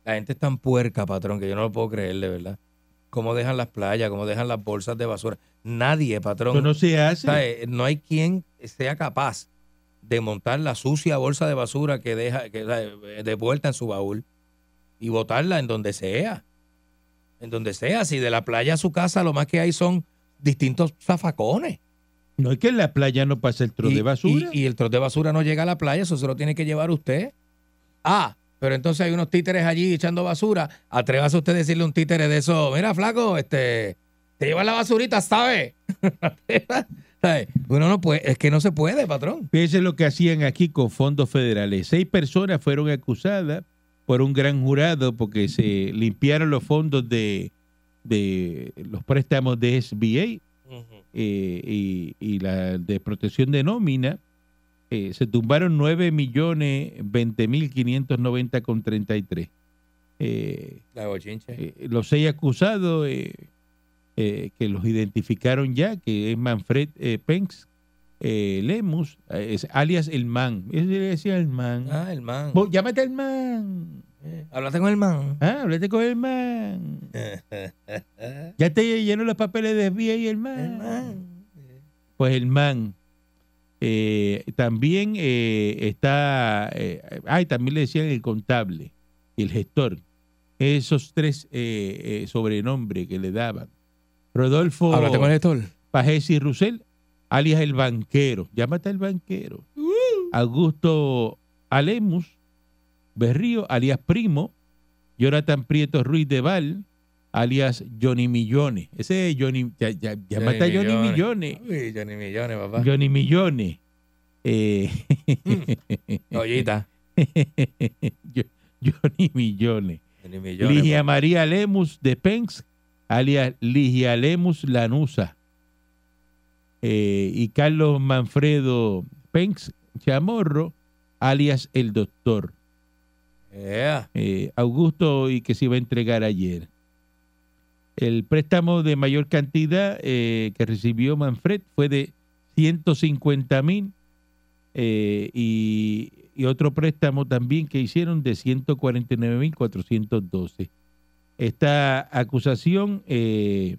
S4: La gente es tan puerca, patrón, que yo no lo puedo creer, de verdad. Cómo dejan las playas, cómo dejan las bolsas de basura. Nadie, patrón.
S3: Eso no se hace.
S4: O sea, eh, no hay quien sea capaz de montar la sucia bolsa de basura que deja que, o sea, eh, de vuelta en su baúl y botarla en donde sea. En donde sea. Si de la playa a su casa lo más que hay son distintos zafacones.
S3: No es que en la playa no pase el tro
S4: Y-
S3: de basura.
S4: Y, y el trozo de basura no llega a la playa, eso se lo tiene que llevar usted. Ah, pero entonces hay unos títeres allí echando basura. Atrévase usted a decirle a un títere de eso, mira, flaco, este, te lleva la basurita, ¿sabe? ¿Sabe? Uno no puede, es que no se puede, patrón.
S3: Fíjense lo que hacían aquí con fondos federales. Seis personas fueron acusadas por un gran jurado porque se limpiaron los fondos de, de los préstamos de SBA eh, y, y la de protección de nómina. eh, se tumbaron 9 millones 20 mil 590 con 33. Eh,
S4: La bochinche.
S3: eh, los seis acusados eh, eh, que los identificaron ya, que es Manfred eh, Penx eh, Lemus, eh, es alias El Man. Ese le decía El Man.
S4: Ah, el man.
S3: Vos llámate El Man.
S4: Eh, Hablaste con el man.
S3: Ah, háblate con El Man. Ya te lleno los papeles de vía y El Man.
S4: El man.
S3: Pues El Man. Eh, también eh, está, eh, ay, también le decían el contable y el gestor. Esos tres eh, eh, sobrenombres que le daban. Rodolfo.
S4: Hablaste con el gestor.
S3: Pajesi Rusel, alias el banquero. Llámate el banquero. Augusto Alemus Berrío, alias Primo. Jonathan Prieto Ruiz de Val, alias Johnny Millones. Ese es Johnny. ya- ya- llámate a Johnny Millones.
S4: Uy, Johnny Millones, papá.
S3: Johnny Millones. Eh,
S4: Ollita.
S3: Jo- Johnny Millones.
S4: Johnny Millones.
S3: Ligia María Lemus de Penx, alias Ligia Lemus Lanusa. Eh, y Carlos Manfredo Penx Chamorro, alias El Doctor.
S4: Yeah.
S3: Eh, Augusto y que se iba a entregar ayer. El préstamo de mayor cantidad eh, que recibió Manfred fue de 150 mil eh, y, y otro préstamo también que hicieron de 149 mil 412. Esta acusación eh,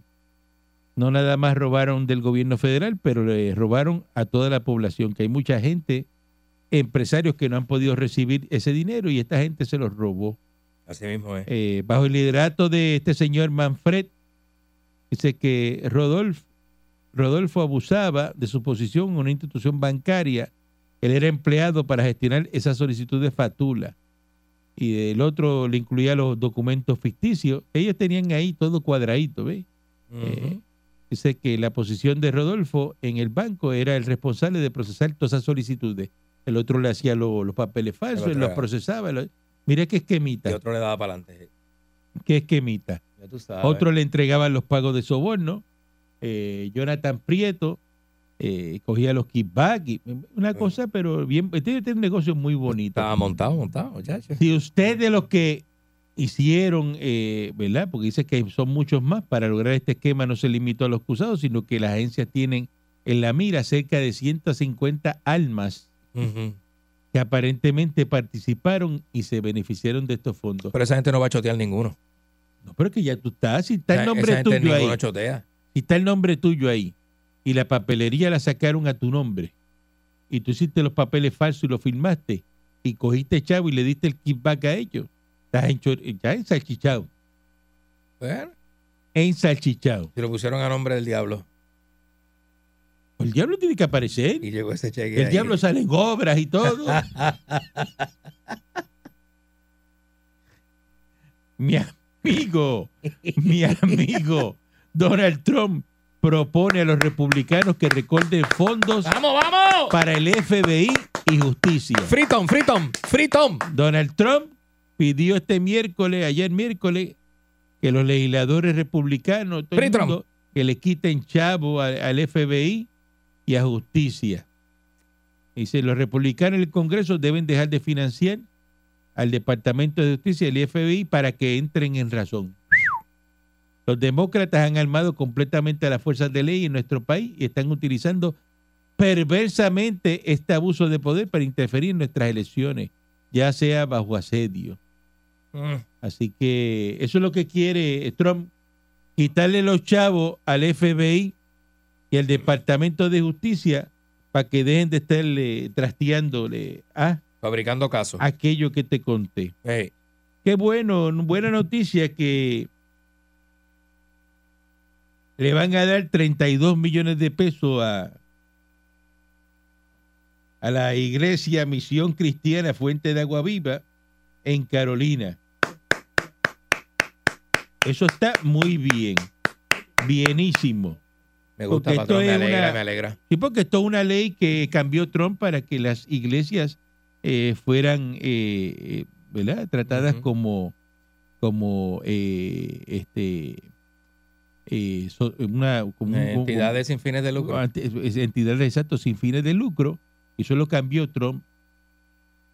S3: no nada más robaron del gobierno federal, pero le robaron a toda la población, que hay mucha gente empresarios que no han podido recibir ese dinero y esta gente se los robó.
S4: Así mismo es.
S3: Eh, bajo el liderato de este señor Manfred, dice que Rodolfo, Rodolfo abusaba de su posición en una institución bancaria. Él era empleado para gestionar esa solicitud de fatula. Y el otro le incluía los documentos ficticios. Ellos tenían ahí todo cuadradito, ¿ves?
S4: Ujú.
S3: Eh, dice que la posición de Rodolfo en el banco era el responsable de procesar todas esas solicitudes. El otro le hacía lo- los papeles falsos,
S4: otro
S3: él los
S4: era-
S3: procesaba. lo- Mira qué
S4: y
S3: esquemita,
S4: otro le daba para adelante.
S3: qué esquemita.
S4: Ya tú sabes.
S3: Otro le entregaban los pagos de soborno. Eh, Jonathan Prieto eh, cogía los kickbacks. y- Una
S4: Mm.
S3: cosa, pero bien. este Tiene tiene un negocio muy bonito.
S4: Estaba montado, montado, muchachos.
S3: Si usted de los que hicieron, eh, ¿verdad? Porque dice que son muchos más, para lograr este esquema no se limitó a los acusados, sino que las agencias tienen en la mira cerca de 150 almas
S4: Ujú.
S3: que aparentemente participaron y se beneficiaron de estos fondos.
S4: Pero esa gente no va a chotear ninguno.
S3: No, pero es que ya tú estás, si está el
S4: Esa-
S3: nombre
S4: esa gente
S3: tuyo ahí,
S4: ninguno chotea.
S3: si está el nombre tuyo ahí, y la papelería la sacaron a tu nombre, y tú hiciste los papeles falsos y los firmaste, y cogiste chavo y le diste el kickback a ellos, estás encho- ya ensalchichado.
S4: Bueno,
S3: ensalchichado.
S4: si lo pusieron a nombre del diablo
S3: El diablo tiene que aparecer.
S4: y llegó ese cheque.
S3: El
S4: ahí.
S3: diablo sale en obras y todo. mi amigo, mi amigo Donald Trump propone a los republicanos que recorten fondos
S4: ¡Vamos, vamos!
S3: para el FBI y justicia.
S4: Friton, Friton, Friton.
S3: Donald Trump pidió este miércoles, ayer miércoles, que los legisladores republicanos todo el
S4: Free Trump.
S3: mundo, que le quiten chavo al, al FBI y a justicia. Dice, los republicanos en el Congreso deben dejar de financiar al Departamento de Justicia y el FBI para que entren en razón. Los demócratas han armado completamente a las fuerzas de ley en nuestro país y están utilizando perversamente este abuso de poder para interferir en nuestras elecciones, ya sea bajo asedio.
S4: Mm.
S3: Así que eso es lo que quiere Trump, quitarle los chavos al FBI y al Departamento de Justicia para que dejen de estarle trasteándole a
S4: Fabricando
S3: Ah.
S4: casos.
S3: aquello que te conté.
S4: Ey,
S3: Qué bueno, buena noticia que le van a dar 32 millones de pesos a, a la iglesia Misión Cristiana Fuente de Agua Viva en Carolina. Eso está muy bien, bienísimo.
S4: me
S3: Porque
S4: gusta,
S3: esto
S4: patrón. Me
S3: es
S4: alegra,
S3: una-
S4: me alegra.
S3: Sí, porque esto es una ley que cambió Trump para que las iglesias eh, fueran eh, eh, ¿verdad? tratadas
S4: Ujú.
S3: como, como eh, este eh, so- una como un- un-
S4: Eh,
S3: Ah,
S4: Entidades sin fines de lucro.
S3: ante- es- entidades exacto sin fines de lucro. Eso lo cambió Trump.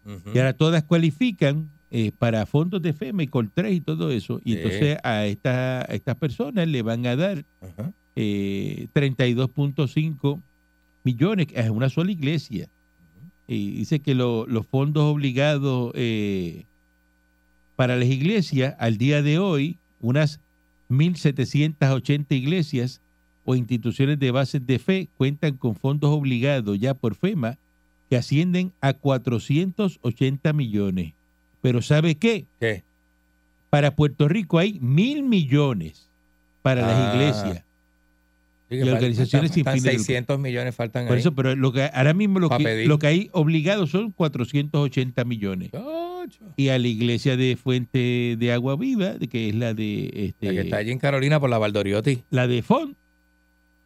S4: Ujú.
S3: Y ahora todas cualifican eh, para fondos de FEMA y Coltrés y todo eso. Y
S4: Sí.
S3: entonces a, esta- a estas personas le van a dar
S4: Ajá.
S3: eh, 32.5 millones, es una sola iglesia. Y dice que lo- los fondos obligados eh, para las iglesias, al día de hoy, unas 1.780 iglesias o instituciones de bases de fe cuentan con fondos obligados ya por FEMA que ascienden a 480 millones. Pero ¿sabe qué?
S4: ¿Qué?
S3: Para Puerto Rico hay mil millones para
S4: Ah.
S3: las iglesias.
S4: Sí,
S3: Y
S4: que fal-
S3: organizaciones
S4: faltan-
S3: sin
S4: faltan
S3: fines de lucro.
S4: 600 millones faltan
S3: Por
S4: ahí.
S3: eso, pero lo que ahora mismo lo
S4: Pa'
S3: que,
S4: pedir.
S3: lo que hay obligado son 480 millones.
S4: Chocho.
S3: Y a la iglesia de Fuente de Agua Viva, de que es la de
S4: La que
S3: este,
S4: está allí en Carolina por la Valdoriotti.
S3: la de Fond,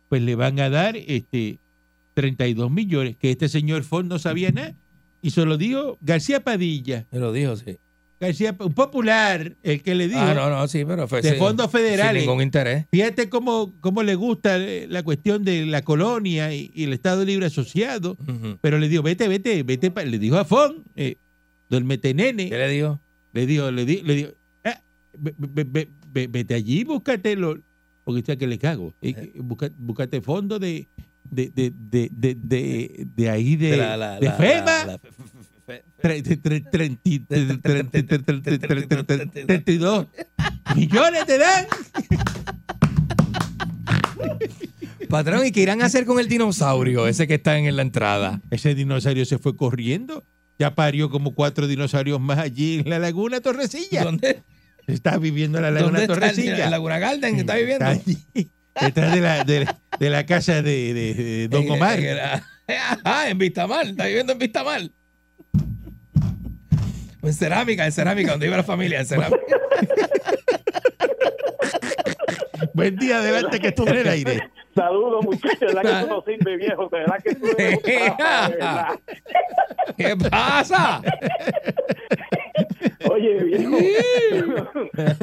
S3: pues le van a dar este 32 millones, que este señor Fond no sabía nada. Y se lo dijo García Padilla,
S4: Me lo dijo, sí.
S3: García, un popular, el que le dijo.
S4: Ah, no, no, sí, pero fue
S3: De
S4: sin-
S3: fondos federales.
S4: Sin ningún interés.
S3: Fíjate cómo, cómo le gusta eh, la cuestión de la colonia y- y el Estado Libre Asociado.
S4: Ujú.
S3: Pero le dijo, vete, vete, vete. pa-". Le dijo a Fon, eh, duérmete
S4: ¿Qué
S3: nene.
S4: le dijo?
S3: Le dijo, le, di- le dijo, "Ah, ve- ve- ve- ve- vete allí, búscate lo, porque está que le cago. Eh, eh, busca- búscate fondo de, de, de, de, de, de, de ahí de,
S4: De la- la-
S3: de
S4: la-
S3: FEMA.
S4: la- la- fe- fe- fe-
S3: Tre- tre- tre- treinta y- tre- tre- tre- tre- tre- tre- tre- tre- tre- 32 millones te dan.
S4: Patrón, ¿y qué irán a hacer con el dinosaurio ese que está en la entrada?
S3: Ese dinosaurio se fue corriendo. Ya parió como cuatro dinosaurios más allí en la Laguna Torrecilla.
S4: ¿Dónde,
S3: Está viviendo en la Laguna
S4: dónde está el-
S3: Torrecilla.
S4: la Laguna Garden que está viviendo?
S3: Está allí, detrás de la, de, la- de la casa de, de- de Don
S4: En-
S3: Omar.
S4: en el- ah, en Vistamar, está viviendo en Vistamar. O En cerámica, en cerámica, donde vive la familia, en cerámica.
S3: Buen día, adelante que esté en el aire.
S6: Saludos, muchachos. ¿Verdad
S4: Ah.
S6: que tú no sirve, viejo? ¿Verdad que tú eres un papa, de verdad?
S4: ¿Qué pasa?
S6: Oye, viejo.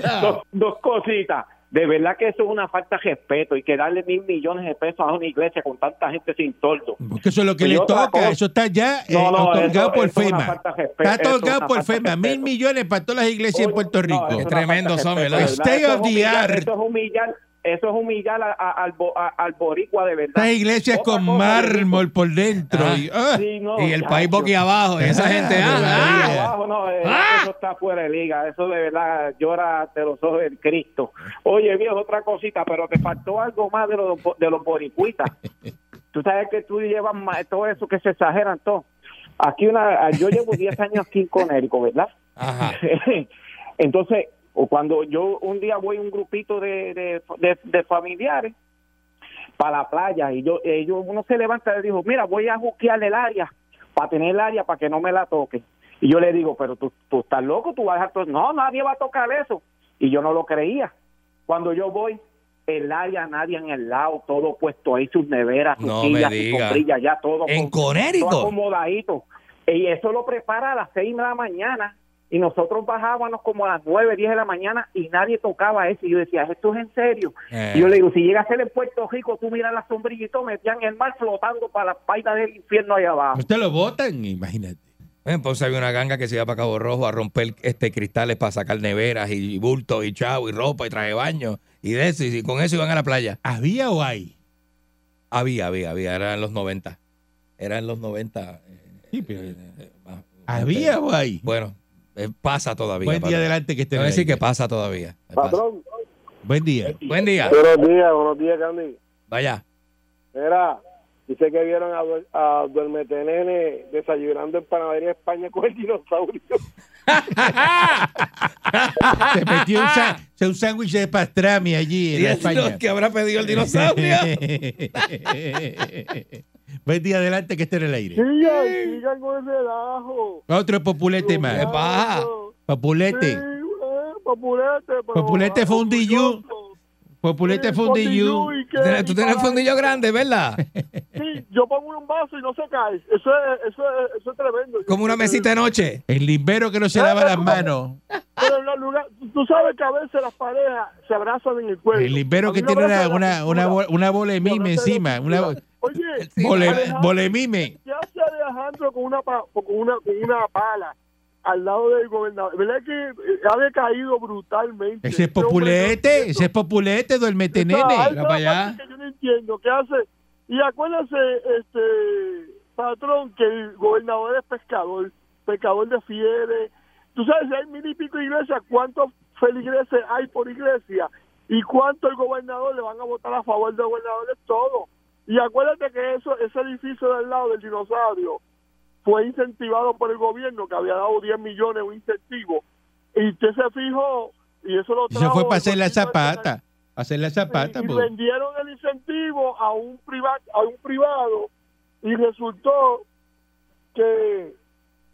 S3: Ah.
S6: dos, dos cositas. De verdad que eso es una falta de respeto y que darle mil millones de pesos a una iglesia con tanta gente sin toldo.
S3: Porque eso es lo que
S6: Y
S3: le
S6: otra
S3: toca.
S6: cosa-
S3: Eso está ya eh,
S6: No, no,
S3: otorgado
S6: eso-
S3: por
S6: eso es una
S3: FEMA.
S6: falta de respeto,
S3: Está
S6: eso es
S3: otorgado
S6: una
S3: por
S6: falta de
S3: FEMA. Mil
S6: respeto.
S3: millones para todas las iglesias en
S6: Oye,
S3: Puerto
S6: no,
S3: Rico.
S6: eso es una
S4: Tremendos
S6: falta
S4: son,
S6: de
S4: ¿verdad?
S6: respeto, de
S3: State
S6: Eso
S3: of the
S6: es humillar,
S3: art.
S6: Eso es humillar, eso es humillar a- a- al, bo- a- al boricua, de verdad.
S3: Estas iglesias
S6: Otra
S3: con
S6: cosa,
S3: mármol por dentro.
S4: Ah.
S3: y, ah,
S6: Sí, no,
S4: Y el país
S6: chacho.
S4: boqui abajo, y esa gente. ah, ah.
S3: María.
S6: Abajo, no, eh,
S4: ¡Ah!
S6: eso está fuera de liga, eso de verdad llora ante los ojos del Cristo. Oye, viejo, otra cosita, pero te faltó algo más de los, de los boricuitas. Tú sabes que tú llevas ma- todo eso que se exageran todo. Aquí una, yo llevo 10 años aquí en Conérico, ¿verdad?
S4: Ajá.
S6: Entonces, o cuando yo un día voy a un grupito de, de, de- de familiares para la playa y yo, ellos, uno se levanta y le dijo, mira, voy a juquear el área para tener el área para que no me la toque. Y yo le digo, pero tú, tú estás loco, tú vas a dejar todo eso". No, nadie va a tocar eso. Y yo no lo creía. Cuando yo voy, el área, nadie en el lado, todo puesto ahí, sus neveras, sus
S4: No
S6: sillas,
S4: me
S6: sus
S4: diga.
S6: sombrillas, ya todo.
S4: En
S6: con- todo
S4: Conérico.
S6: acomodadito. Y eso lo prepara a las seis de la mañana. Y nosotros bajábamos como a las nueve, diez de la mañana y nadie tocaba eso. Y yo decía, esto es en serio.
S4: Eh.
S6: Y yo le digo, si llegas a ser en Puerto Rico, tú miras la sombrilla y todo, metían el mar flotando para las pailas del infierno allá abajo.
S3: Usted lo votan, imagínate.
S4: En Ponce había una ganga que se iba para Cabo Rojo a romper este cristales para sacar neveras y bultos y chavo y ropa y traje de baño y de eso. Y con eso iban a la playa.
S3: ¿Había o hay?
S4: Había, había, había. Era en los 90. Era en los 90. eh,
S3: Sí, pero-
S4: eh, más-
S3: ¿Había o hay?
S4: Bueno, eh, pasa todavía.
S3: Buen día,
S4: patrón.
S3: adelante que esté
S4: Te
S3: en
S4: voy a
S3: el
S4: decir
S3: aire.
S4: que pasa todavía. Eh, pasa.
S7: Patrón, Eh,
S3: Buen día.
S4: Buen día.
S7: buenos días, buenos días, Candy.
S4: Vaya.
S7: Mira, dice que vieron a, Duer- a Duermete Nene desayunando en Panadería España con el dinosaurio.
S3: Se metió un, sa- se- un sándwich de pastrami allí en
S4: Y es
S3: España.
S4: lo que habrá pedido el dinosaurio.
S3: Buen día, adelante que esté en el aire.
S7: Sigan, sigan con el relajo.
S3: Otro populete más.
S4: ¿Qué pasa?
S7: Eh,
S3: Populete.
S7: Populete,
S3: Populete fue un DU. Populete fundillú.
S4: Tú tienes- Tú tienes fundillo grande, ¿verdad?
S7: Sí, yo pongo un vaso y no se cae. Eso es, eso es, eso es tremendo.
S4: Como una mesita de noche.
S3: El limbero que no se lava las manos.
S7: Pero en los lugares- tú sabes que a veces las parejas se abrazan en el cuello.
S3: El limbero que
S7: Pues, A mí me
S3: tiene una,
S7: abrazan en
S3: una,
S7: la
S3: una,
S7: cintura.
S3: bo- una bola de
S7: Me
S3: mime
S7: abrazan en la
S3: encima. Una
S7: cintura. Oye,
S3: bole-
S7: Alejandro,
S3: bola de mime.
S7: ¿Qué hace Alejandro con una, pa- con una, con una pala al lado del gobernador? ¿Verdad que eh, ha decaído brutalmente?
S3: Ese es
S7: Este hombre, no
S3: populete,
S7: entiendo.
S3: ese es populete, duérmete
S7: O sea, hay
S3: Este, nene.
S7: una
S4: para allá.
S7: parte que yo no entiendo. ¿Qué hace? Y acuérdase, este, patrón, que el gobernador es pescador, pescador de fieles. Tú sabes, si hay mil y pico iglesias, ¿cuántos feligreses hay por iglesia? ¿Y cuánto el gobernador le van a votar a favor del gobernador? Es todo. Y acuérdate que eso, ese edificio del lado del dinosaurio fue incentivado por el gobierno, que había dado 10 millones un incentivo. Y usted se fijó, y eso lo
S3: Eso fue
S7: trajo
S3: para
S7: el
S3: hacer la
S7: gobierno nacional.
S3: zapata. Hacer la zapata. pues.
S7: Y, y
S3: po.
S7: vendieron el incentivo a un privado a un privado y resultó que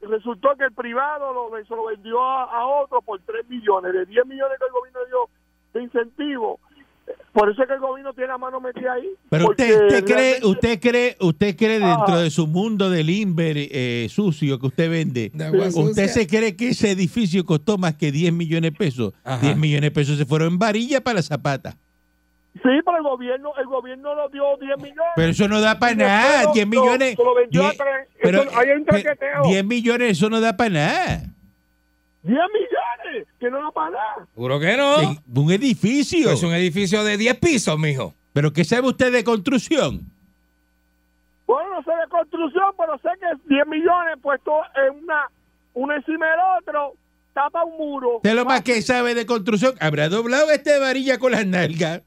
S7: resultó que el privado lo, se lo vendió a, a otro por 3 millones de 10 millones que el gobierno dio de incentivo por eso es que el gobierno tiene la mano metida ahí
S3: Pero
S7: porque
S3: usted, usted cree,
S7: realmente-
S3: usted cree, usted cree dentro
S7: Ajá.
S3: de su mundo del limber eh, sucio que usted vende.
S4: De agua
S3: ¿Usted
S4: sucia.
S3: se cree que ese edificio costó más que 10 millones de pesos?
S4: Ajá.
S3: 10 millones de pesos se fueron en varilla para la zapata.
S7: sí pero el gobierno el gobierno lo dio 10 millones
S3: Pero eso no da para
S7: Y después
S3: nada.
S7: lo-
S3: 10
S7: lo-
S3: millones.
S7: se lo vendió a
S3: 10
S7: tres.
S3: pero,
S7: Eso- ahí hay un
S3: pe-
S7: traqueteo.
S3: 10 millones, eso no da para nada.
S7: 10 millones que no lo pagar
S4: Seguro que no. Pues
S3: En- Un edificio.
S4: Es un edificio de 10 pisos, mijo.
S3: ¿Pero qué sabe usted de construcción?
S7: Bueno, no sé de construcción, pero sé que 10 millones puesto en una, una encima del otro, tapa un muro.
S3: este Usted lo más que sabe de construcción. Habrá doblado esta varilla con las nalgas.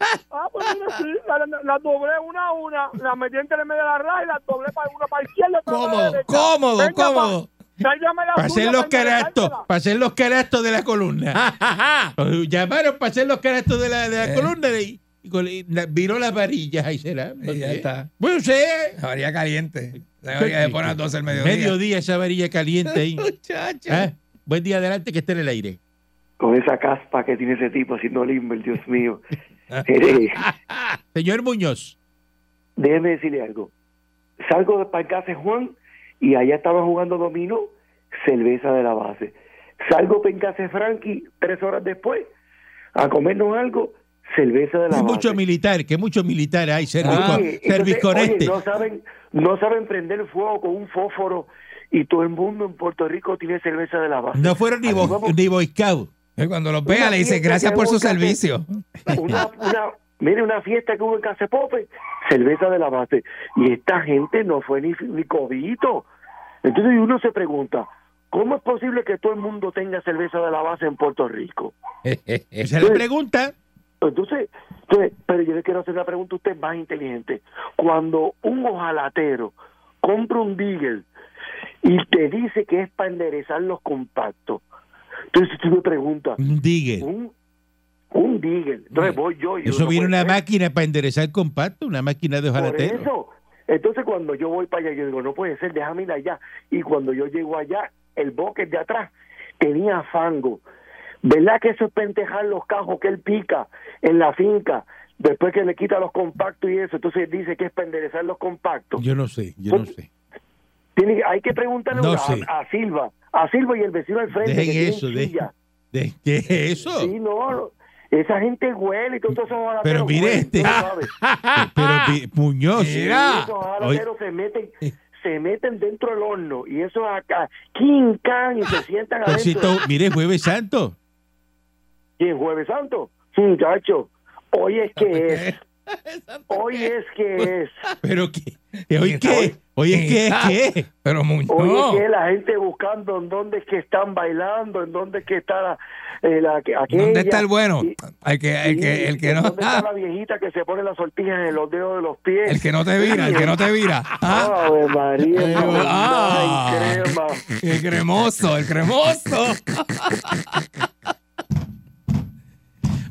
S6: Ah, pues mira, sí, las la, la doblé una a una, las metí entre medio de la raya y las doblé para una para izquierda. otra para
S4: Cómodo,
S6: derecha.
S4: cómodo,
S6: Venga,
S4: cómodo.
S6: pa- tráigame la
S3: Para hacer
S6: suya,
S3: los
S6: para
S3: carastos,
S6: enderezártela.
S3: para hacer los carastos de la columna.
S4: Ja, ja, ja.
S3: Los Llamaron para hacer los carastos de la, de la
S4: Eh.
S3: columna y, y con- y la- viró las varillas, ahí será.
S4: Y ya está.
S3: Bueno, usted,
S4: La varilla caliente. La varilla de poner a las 12 al mediodía.
S3: mediodía esa varilla caliente ahí.
S4: Muchacho.
S3: Ah, Buen día, adelante, que esté en el aire.
S7: con esa caspa que tiene ese tipo haciendo limber, Dios mío. Eh,
S3: Señor Muñoz,
S7: déjeme decirle algo. Salgo de Parque San Juan y allá estaban jugando dominó, cerveza de la base. Salgo Pencase Frankie tres horas después a comernos algo, cerveza de la
S3: que
S7: base.
S3: mucho militar, que mucho militar hay, service,
S7: Oye,
S3: con-
S7: Ah, entonces,
S3: service
S7: oye,
S3: conecte.
S7: no saben, no saben prender fuego con un fósforo y todo el mundo en Puerto Rico tiene cerveza de la base.
S3: No fueron ni,
S7: Así
S3: bo-
S7: vamos.
S3: ni Boy Scout.
S4: Y Eh, Cuando los vea le dice
S7: fiesta
S4: gracias
S7: que
S4: por su
S7: busca que-
S4: servicio.
S7: una, una, mire, una fiesta que hubo en Casa Pope, cerveza de la base. Y esta gente no fue ni, ni cobito. Entonces uno se pregunta, ¿cómo es posible que todo el mundo tenga cerveza de la base en Puerto Rico?
S3: Esa es la pregunta.
S7: Entonces, entonces, pero yo le quiero hacer una pregunta a usted más inteligente. Cuando un ojalatero compra un digger y te dice que es para enderezar los compactos, entonces tú me preguntas,
S3: Un digger.
S7: un, un digger, entonces voy yo y yo
S3: Eso
S7: no
S3: viene
S7: puede
S3: una
S7: ser.
S3: máquina para enderezar compacto, una máquina de
S7: Por
S3: ojalatero.
S7: eso. Entonces, cuando yo voy para allá, yo digo, no puede ser, déjame ir allá. Y cuando yo llego allá, el bosque de atrás tenía fango. ¿Verdad que eso es pentejar los cajos que él pica en la finca? Después que le quita los compactos y eso, entonces dice que es penderezar los compactos.
S3: Yo no sé, yo no sé.
S7: Tiene, hay que preguntarle
S3: No
S7: a,
S3: sé.
S7: a Silva, a Silva y el vecino al frente.
S3: Dejen
S7: que tienen
S3: eso, dejen-
S7: silla.
S3: ¿De- ¿Qué es eso?
S7: Sí, no, no, esa gente huele y todos esos
S3: Pero
S7: jalateros
S3: mire
S7: huelen,
S3: este.
S7: tú lo sabes.
S3: Pero pi- Muñoz,
S4: Ah, Oh, Mira.
S7: Esos jalateros se meten, se meten dentro del horno y eso acá, quincan y se sientan
S3: pues si
S7: adentro.
S3: to- mire, Jueves Santo.
S7: Y en Jueves Santo, muchacho, hoy es que es, hoy es
S4: Pues,
S7: que es,
S3: Pero qué, ¿qué hoy qué, hoy es qué, qué.
S4: Pero
S7: hoy es que
S4: Muñoz,
S7: es la gente buscando en dónde es que están bailando, en dónde es que está la, eh, la que- aquella.
S4: ¿dónde está el bueno?
S7: Y-
S4: El que, el que, el
S7: y
S4: que no, ah,
S7: ¿Dónde está la viejita que se pone las sortijas en los dedos de los pies?
S4: el que no te vira, el que no te vira. Ah,
S7: Ave María,
S4: Eh,
S7: no,
S4: ah.
S7: ay, crema.
S4: El cremoso, el cremoso.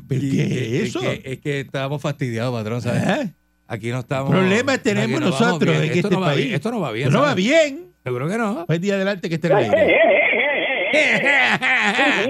S3: ¿Pero
S4: Y-
S3: qué
S4: y-
S3: es eso?
S4: que, es ¿Eh? que estábamos fastidiados, patrón, ¿sabes?
S3: ¿Ah?
S4: Aquí no estamos.
S3: Problemas
S4: aquí
S3: tenemos
S4: no vamos
S3: nosotros en
S4: bien. Esto
S3: este
S4: no va
S3: país.
S4: bien, Esto no va bien.
S3: No va
S4: ¿sabes?
S3: bien.
S4: Seguro que no.
S3: Buen día adelante que esté en el aire.
S4: eh.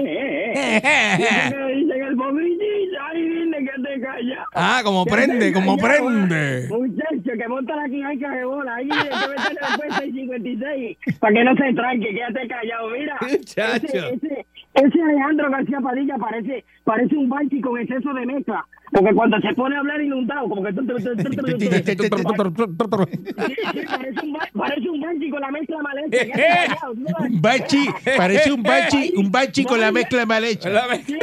S6: eh. Llega el bobillo, ahí dile que te calla.
S4: ah, como prende, como prende.
S6: Muchacho, que monta la quinaica de bola. Ahí tiene que meterle después 656 para que no se tranque, quédate callado. Mira,
S4: Muchacho.
S6: ese, ese, ese Alejandro García Padilla parece, parece un banshee con exceso de mezcla. Porque cuando se pone a hablar inundado, como que... Sí, sí, parece un ba- Parece un banshee con la mezcla mal hecha. quédate callado, tú sabes.
S3: Un bachi, parece un bachi, un bachi con la mezcla mal hecha.
S6: Sí,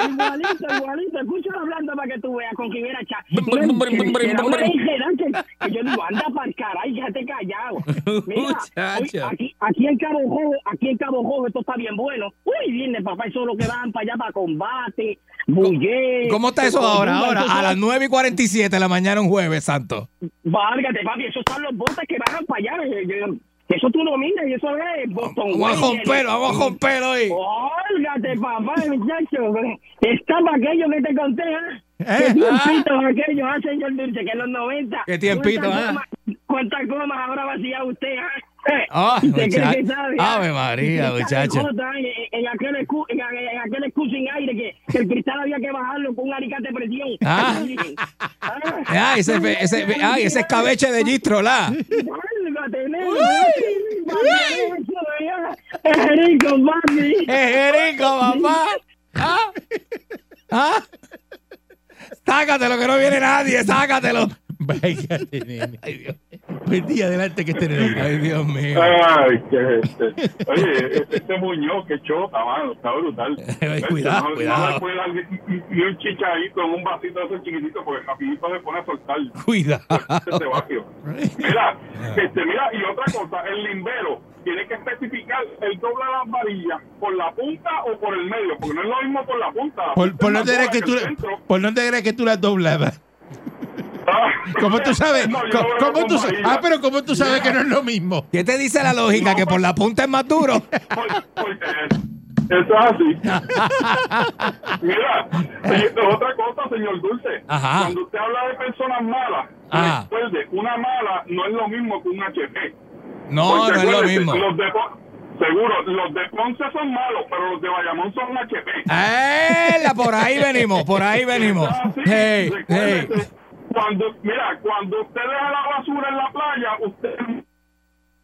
S6: igualito, igualito. Escúchalo hablando para que tú veas con quién era chat. Era una ingenuidad que, que yo digo, anda para el caray, déjate callado. Mira,
S4: Muchacho.
S6: oye, aquí, aquí en Cabo Rojo, aquí en Cabo Rojo, esto está bien bueno. Uy, viene papá, eso es lo que van para allá para combate, bulle.
S4: ¿Cómo está eso ahora? Ahora, a las 9 y 47 de la mañana, un jueves, santo.
S6: Válgate, papi, esos son los botes que bajan para allá. eh, eh, Eso tú lo miras y eso es Boston.
S4: Vamos a
S6: Whaler.
S4: romper, vamos a romper hoy.
S6: Órgate, papá, muchacho. Estaba aquello que te conté, ¿ah?
S3: ¿Eh?
S6: ¿Qué tiempitos aquellos, ah, señor Dulce? Que en los 90.
S4: ¿Qué tiempito,
S6: ¿Cuántas
S4: ah?
S6: gomas- ¿Cuántas gomas habrá vaciado usted, ah?
S4: Ah,
S6: ¿Y ¿Usted cree que
S4: muchacho.
S6: sabe? ah?
S4: Ave María,
S6: Usted sabe,
S4: muchacho.
S6: Jota, ah, En, en aquel escu- en, en aquel escu sin aire que, que el cristal había que bajarlo con un alicate de presión.
S4: Ah.
S6: Ah.
S4: Ay, ese, fe- ese, fe- ay, ese escabeche de Gistro, la.
S6: Válgate, nene. Es rico, papi.
S4: ¡Es rico, papá! ¿Ah? ¿Ah? Sácatelo, que no viene nadie, sácatelo.
S3: Váyate, nene. Buen día adelante que esté en el aire.
S4: Ay, Dios mío.
S8: Ay, qué es este. Oye, este, este Muñoz que choca, mano, está brutal.
S4: Ay, cuidado,
S8: no,
S4: cuidado.
S8: No le puede dar ni, ni- ni un chichadito en un vasito de esos chiquititos porque rapidito se pone a soltar.
S4: Cuidado.
S7: este,
S8: Este vacío. Mira, este, mira, y otra cosa, el limbero.
S7: tiene que especificar el dobla las varillas por la punta o por el medio, porque no es lo mismo por la punta. La
S3: ¿Por,
S7: punta
S3: por
S7: es más
S3: dónde crees
S7: dura
S3: que
S7: el
S3: tú,
S7: centro.
S3: ¿Por dónde crees que tú las doblabas?
S7: Ah.
S3: ¿Cómo tú sabes?
S7: No, yo
S3: ¿Cómo-
S7: lo veo
S3: cómo
S7: con
S3: tú sa-
S7: varillas.
S3: ah, pero ¿cómo tú sabes que no es lo mismo?
S4: ¿Qué te dice la lógica? Que por la punta es más duro.
S7: Por- porque Eso es así. Mira, y esto es otra cosa, señor Dulce.
S4: Ajá. Ah.
S7: Cuando usted habla de personas malas,
S4: Ajá.
S7: recuerde, una mala no es lo mismo que un HP.
S4: No,
S7: Porque
S4: no es lo
S7: acuérdese,
S4: mismo.
S7: los de Pon- seguro, los de Ponce son malos, pero los de Bayamón son HP.
S4: ¡Ela! Por ahí venimos, por ahí venimos.
S7: Ah, sí,
S4: Hey, hey.
S7: recuérdese, Cuando, mira, cuando usted deja la basura en la playa, usted, usted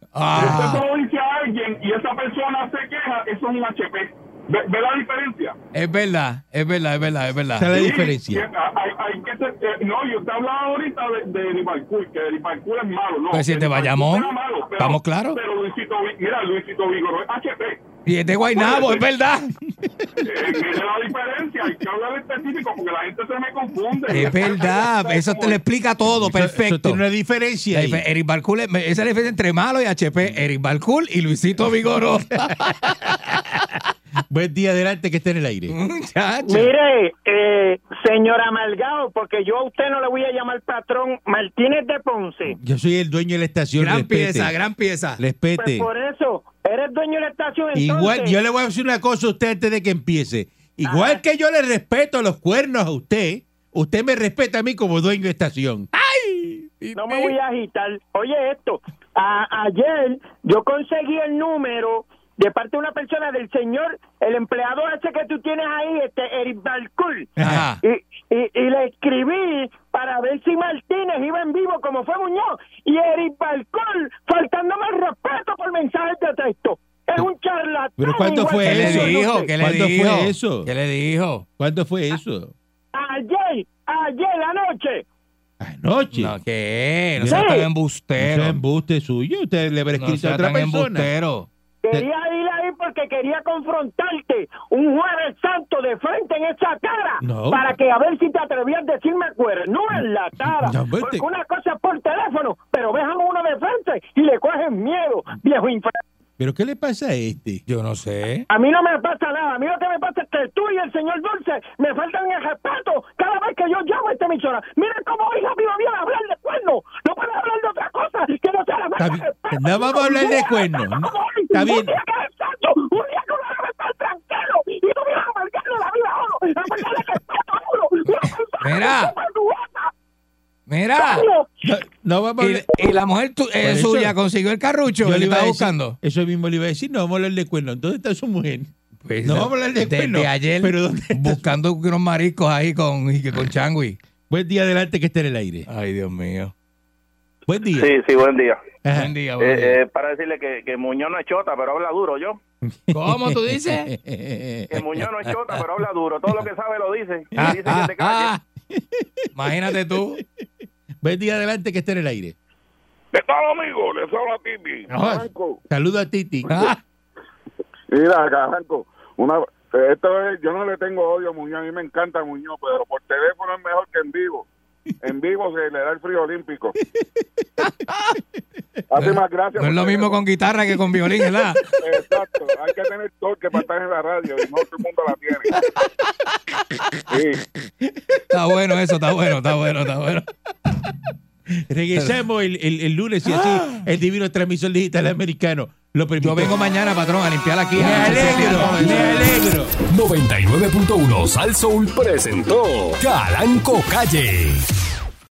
S7: se
S4: Ah,
S7: lo dice a alguien y esa persona se queja, eso es un HP. ¿Ve, ve la diferencia?
S4: es verdad, es verdad, es verdad,
S3: Esa
S4: es
S3: es
S4: verdad.
S3: la
S7: Sí,
S3: diferencia.
S7: que ah, hay- hay que ser- eh, no, y usted hablaba ahorita de, de Liverpool, que Liverpool es malo. No,
S4: Pues si es de
S7: Liverpool
S4: Bayamón,
S7: era malo, pero-
S4: estamos claros.
S7: Pero Luisito, Vi- mira, Luisito Vigoró es HP.
S4: Y es de Guaynabo, es verdad.
S7: Eh, mire la diferencia, hay que hablar específico porque la gente se me confunde.
S4: Es verdad, eso te lo explica todo,
S3: Eso- eso
S4: perfecto.
S3: tiene una diferencia.
S4: La
S3: ahí.
S4: dif- Eric Barcool, es- esa es la diferencia entre malo y HP. Eric Barcool y Luisito Vigoró.
S3: Buen día, adelante, que esté en el aire.
S4: Muchacho.
S6: Mire, eh, señor Amalgado, porque yo a usted no le voy a llamar patrón Martínez de Ponce.
S3: Yo soy el dueño de la estación.
S4: Gran
S3: respete.
S4: pieza, gran pieza.
S6: Pues
S3: Respete.
S6: por eso, eres dueño de la estación
S3: Igual,
S6: entonces.
S3: yo le voy a decir una cosa a usted antes de que empiece. Igual que yo le respeto los cuernos a usted, usted me respeta a mí como dueño de estación.
S6: No me voy a agitar. Oye, esto. a- ayer yo conseguí el número de parte de una persona del señor, el empleado ese que tú tienes ahí, este Eric Balcool.
S4: Ajá.
S6: Y, y, y le escribí para ver si Martínez iba en vivo como fue Muñoz. Y Eric Balcool, faltándome el respeto por mensajes de texto. Es un charlatán.
S3: ¿Pero cuánto
S6: igual
S3: fue
S4: ¿Qué
S6: que
S4: le
S3: eso?
S6: yo, no
S4: dijo?
S6: sé.
S4: ¿Qué le
S3: ¿Cuándo fue
S4: dijo?
S3: eso?
S4: ¿Qué le dijo?
S3: ¿Cuándo fue
S4: Ah.
S3: eso?
S6: Ayer, ayer anoche.
S3: Anoche.
S4: No, ¿qué? No
S3: Sí.
S4: sea tan
S3: Eso es
S4: embustero.
S3: embuste suyo. Usted le habrá
S4: No
S3: escrito a
S4: sea
S3: otra
S4: tan
S3: persona.
S4: embustero.
S6: Quería ir ahí porque quería confrontarte un jueves santo de frente en esa cara
S3: No.
S6: para que a ver si te atrevías a decirme cuerno en la cara.
S3: No, vete.
S6: porque una cosa es por teléfono, pero ves a uno de frente y le cogen miedo, viejo infeliz.
S3: ¿Pero qué le pasa a este?
S4: Yo no sé.
S6: A mí no me pasa nada, a mí lo que me pasa es que tú y el señor Dulce me faltan el respeto cada vez que yo llamo a esta emisora. Miren cómo hija viva bien hablar de cuerno, no puedes hablar de otra cosa que no sea la
S3: Está
S6: falta de
S3: bien, pues
S6: respeto.
S3: no vamos a hablar de cuerno,
S6: Un día
S3: no,
S6: como hoy,
S3: está
S6: un
S3: bien.
S6: día que eres santo, un día que uno debe estar tranquilo y tú vienes a marcarle la vida a uno, a marcarle el respeto a uno, una persona que
S4: Mira.
S6: sepa tu boca,
S4: Mira.
S6: coño.
S3: No, no vamos a hablar.
S4: Y, y la mujer tu- eh,
S3: Por eso-
S4: suya consiguió el carrucho
S3: Yo
S4: que le
S3: iba a
S4: estaba
S3: decir-
S4: buscando.
S3: Eso mismo le iba a decir. No vamos a hablar de cuernos. ¿Dónde está su mujer?
S4: Pues,
S3: no vamos a hablar de
S4: desde
S3: cuernos.
S4: ayer
S3: Pero ¿dónde está?
S4: buscando unos mariscos ahí con, y que con changui.
S3: Buen día, adelante, que esté en el aire.
S4: Ay, Dios mío.
S3: Buen día.
S9: Sí, sí, buen día.
S3: Ajá.
S4: Buen día, buen día.
S9: Eh, eh, para decirle que, que Muñoz no es chota, pero habla duro, ¿yo?
S4: ¿Cómo tú dices?
S9: Que Muñoz no es chota, pero habla duro. Todo lo que sabe lo dice. Y dice que te calles.
S4: Ah, Imagínate tú.
S3: Buen día, adelante, que esté en el aire.
S7: ¿Qué tal, amigo? Les habla Tipi.
S3: Ah, saludo a Titi.
S4: Ah,
S7: Mira, Cajanco, una, esto es, yo no le tengo odio a Muñoz, a mí me encanta Muñoz, pero por teléfono es mejor que en vivo. En vivo se le da el frío olímpico. Hace más gracia.
S4: no es
S7: por
S4: lo mismo
S7: teléfono.
S4: con guitarra que con violín, ¿verdad?
S7: Exacto, hay que tener torque para estar en la radio y no todo el mundo la tiene. Sí,
S4: Está bueno eso, está bueno, está bueno, está bueno.
S3: Regresamos el, el- el lunes y así el divino transmisor digital americano lo permite.
S4: Ah. Yo vengo mañana, patrón, a limpiar aquí.
S3: Me alegro, me alegro.
S1: 99.1 Sal Soul presentó Calanco Calle.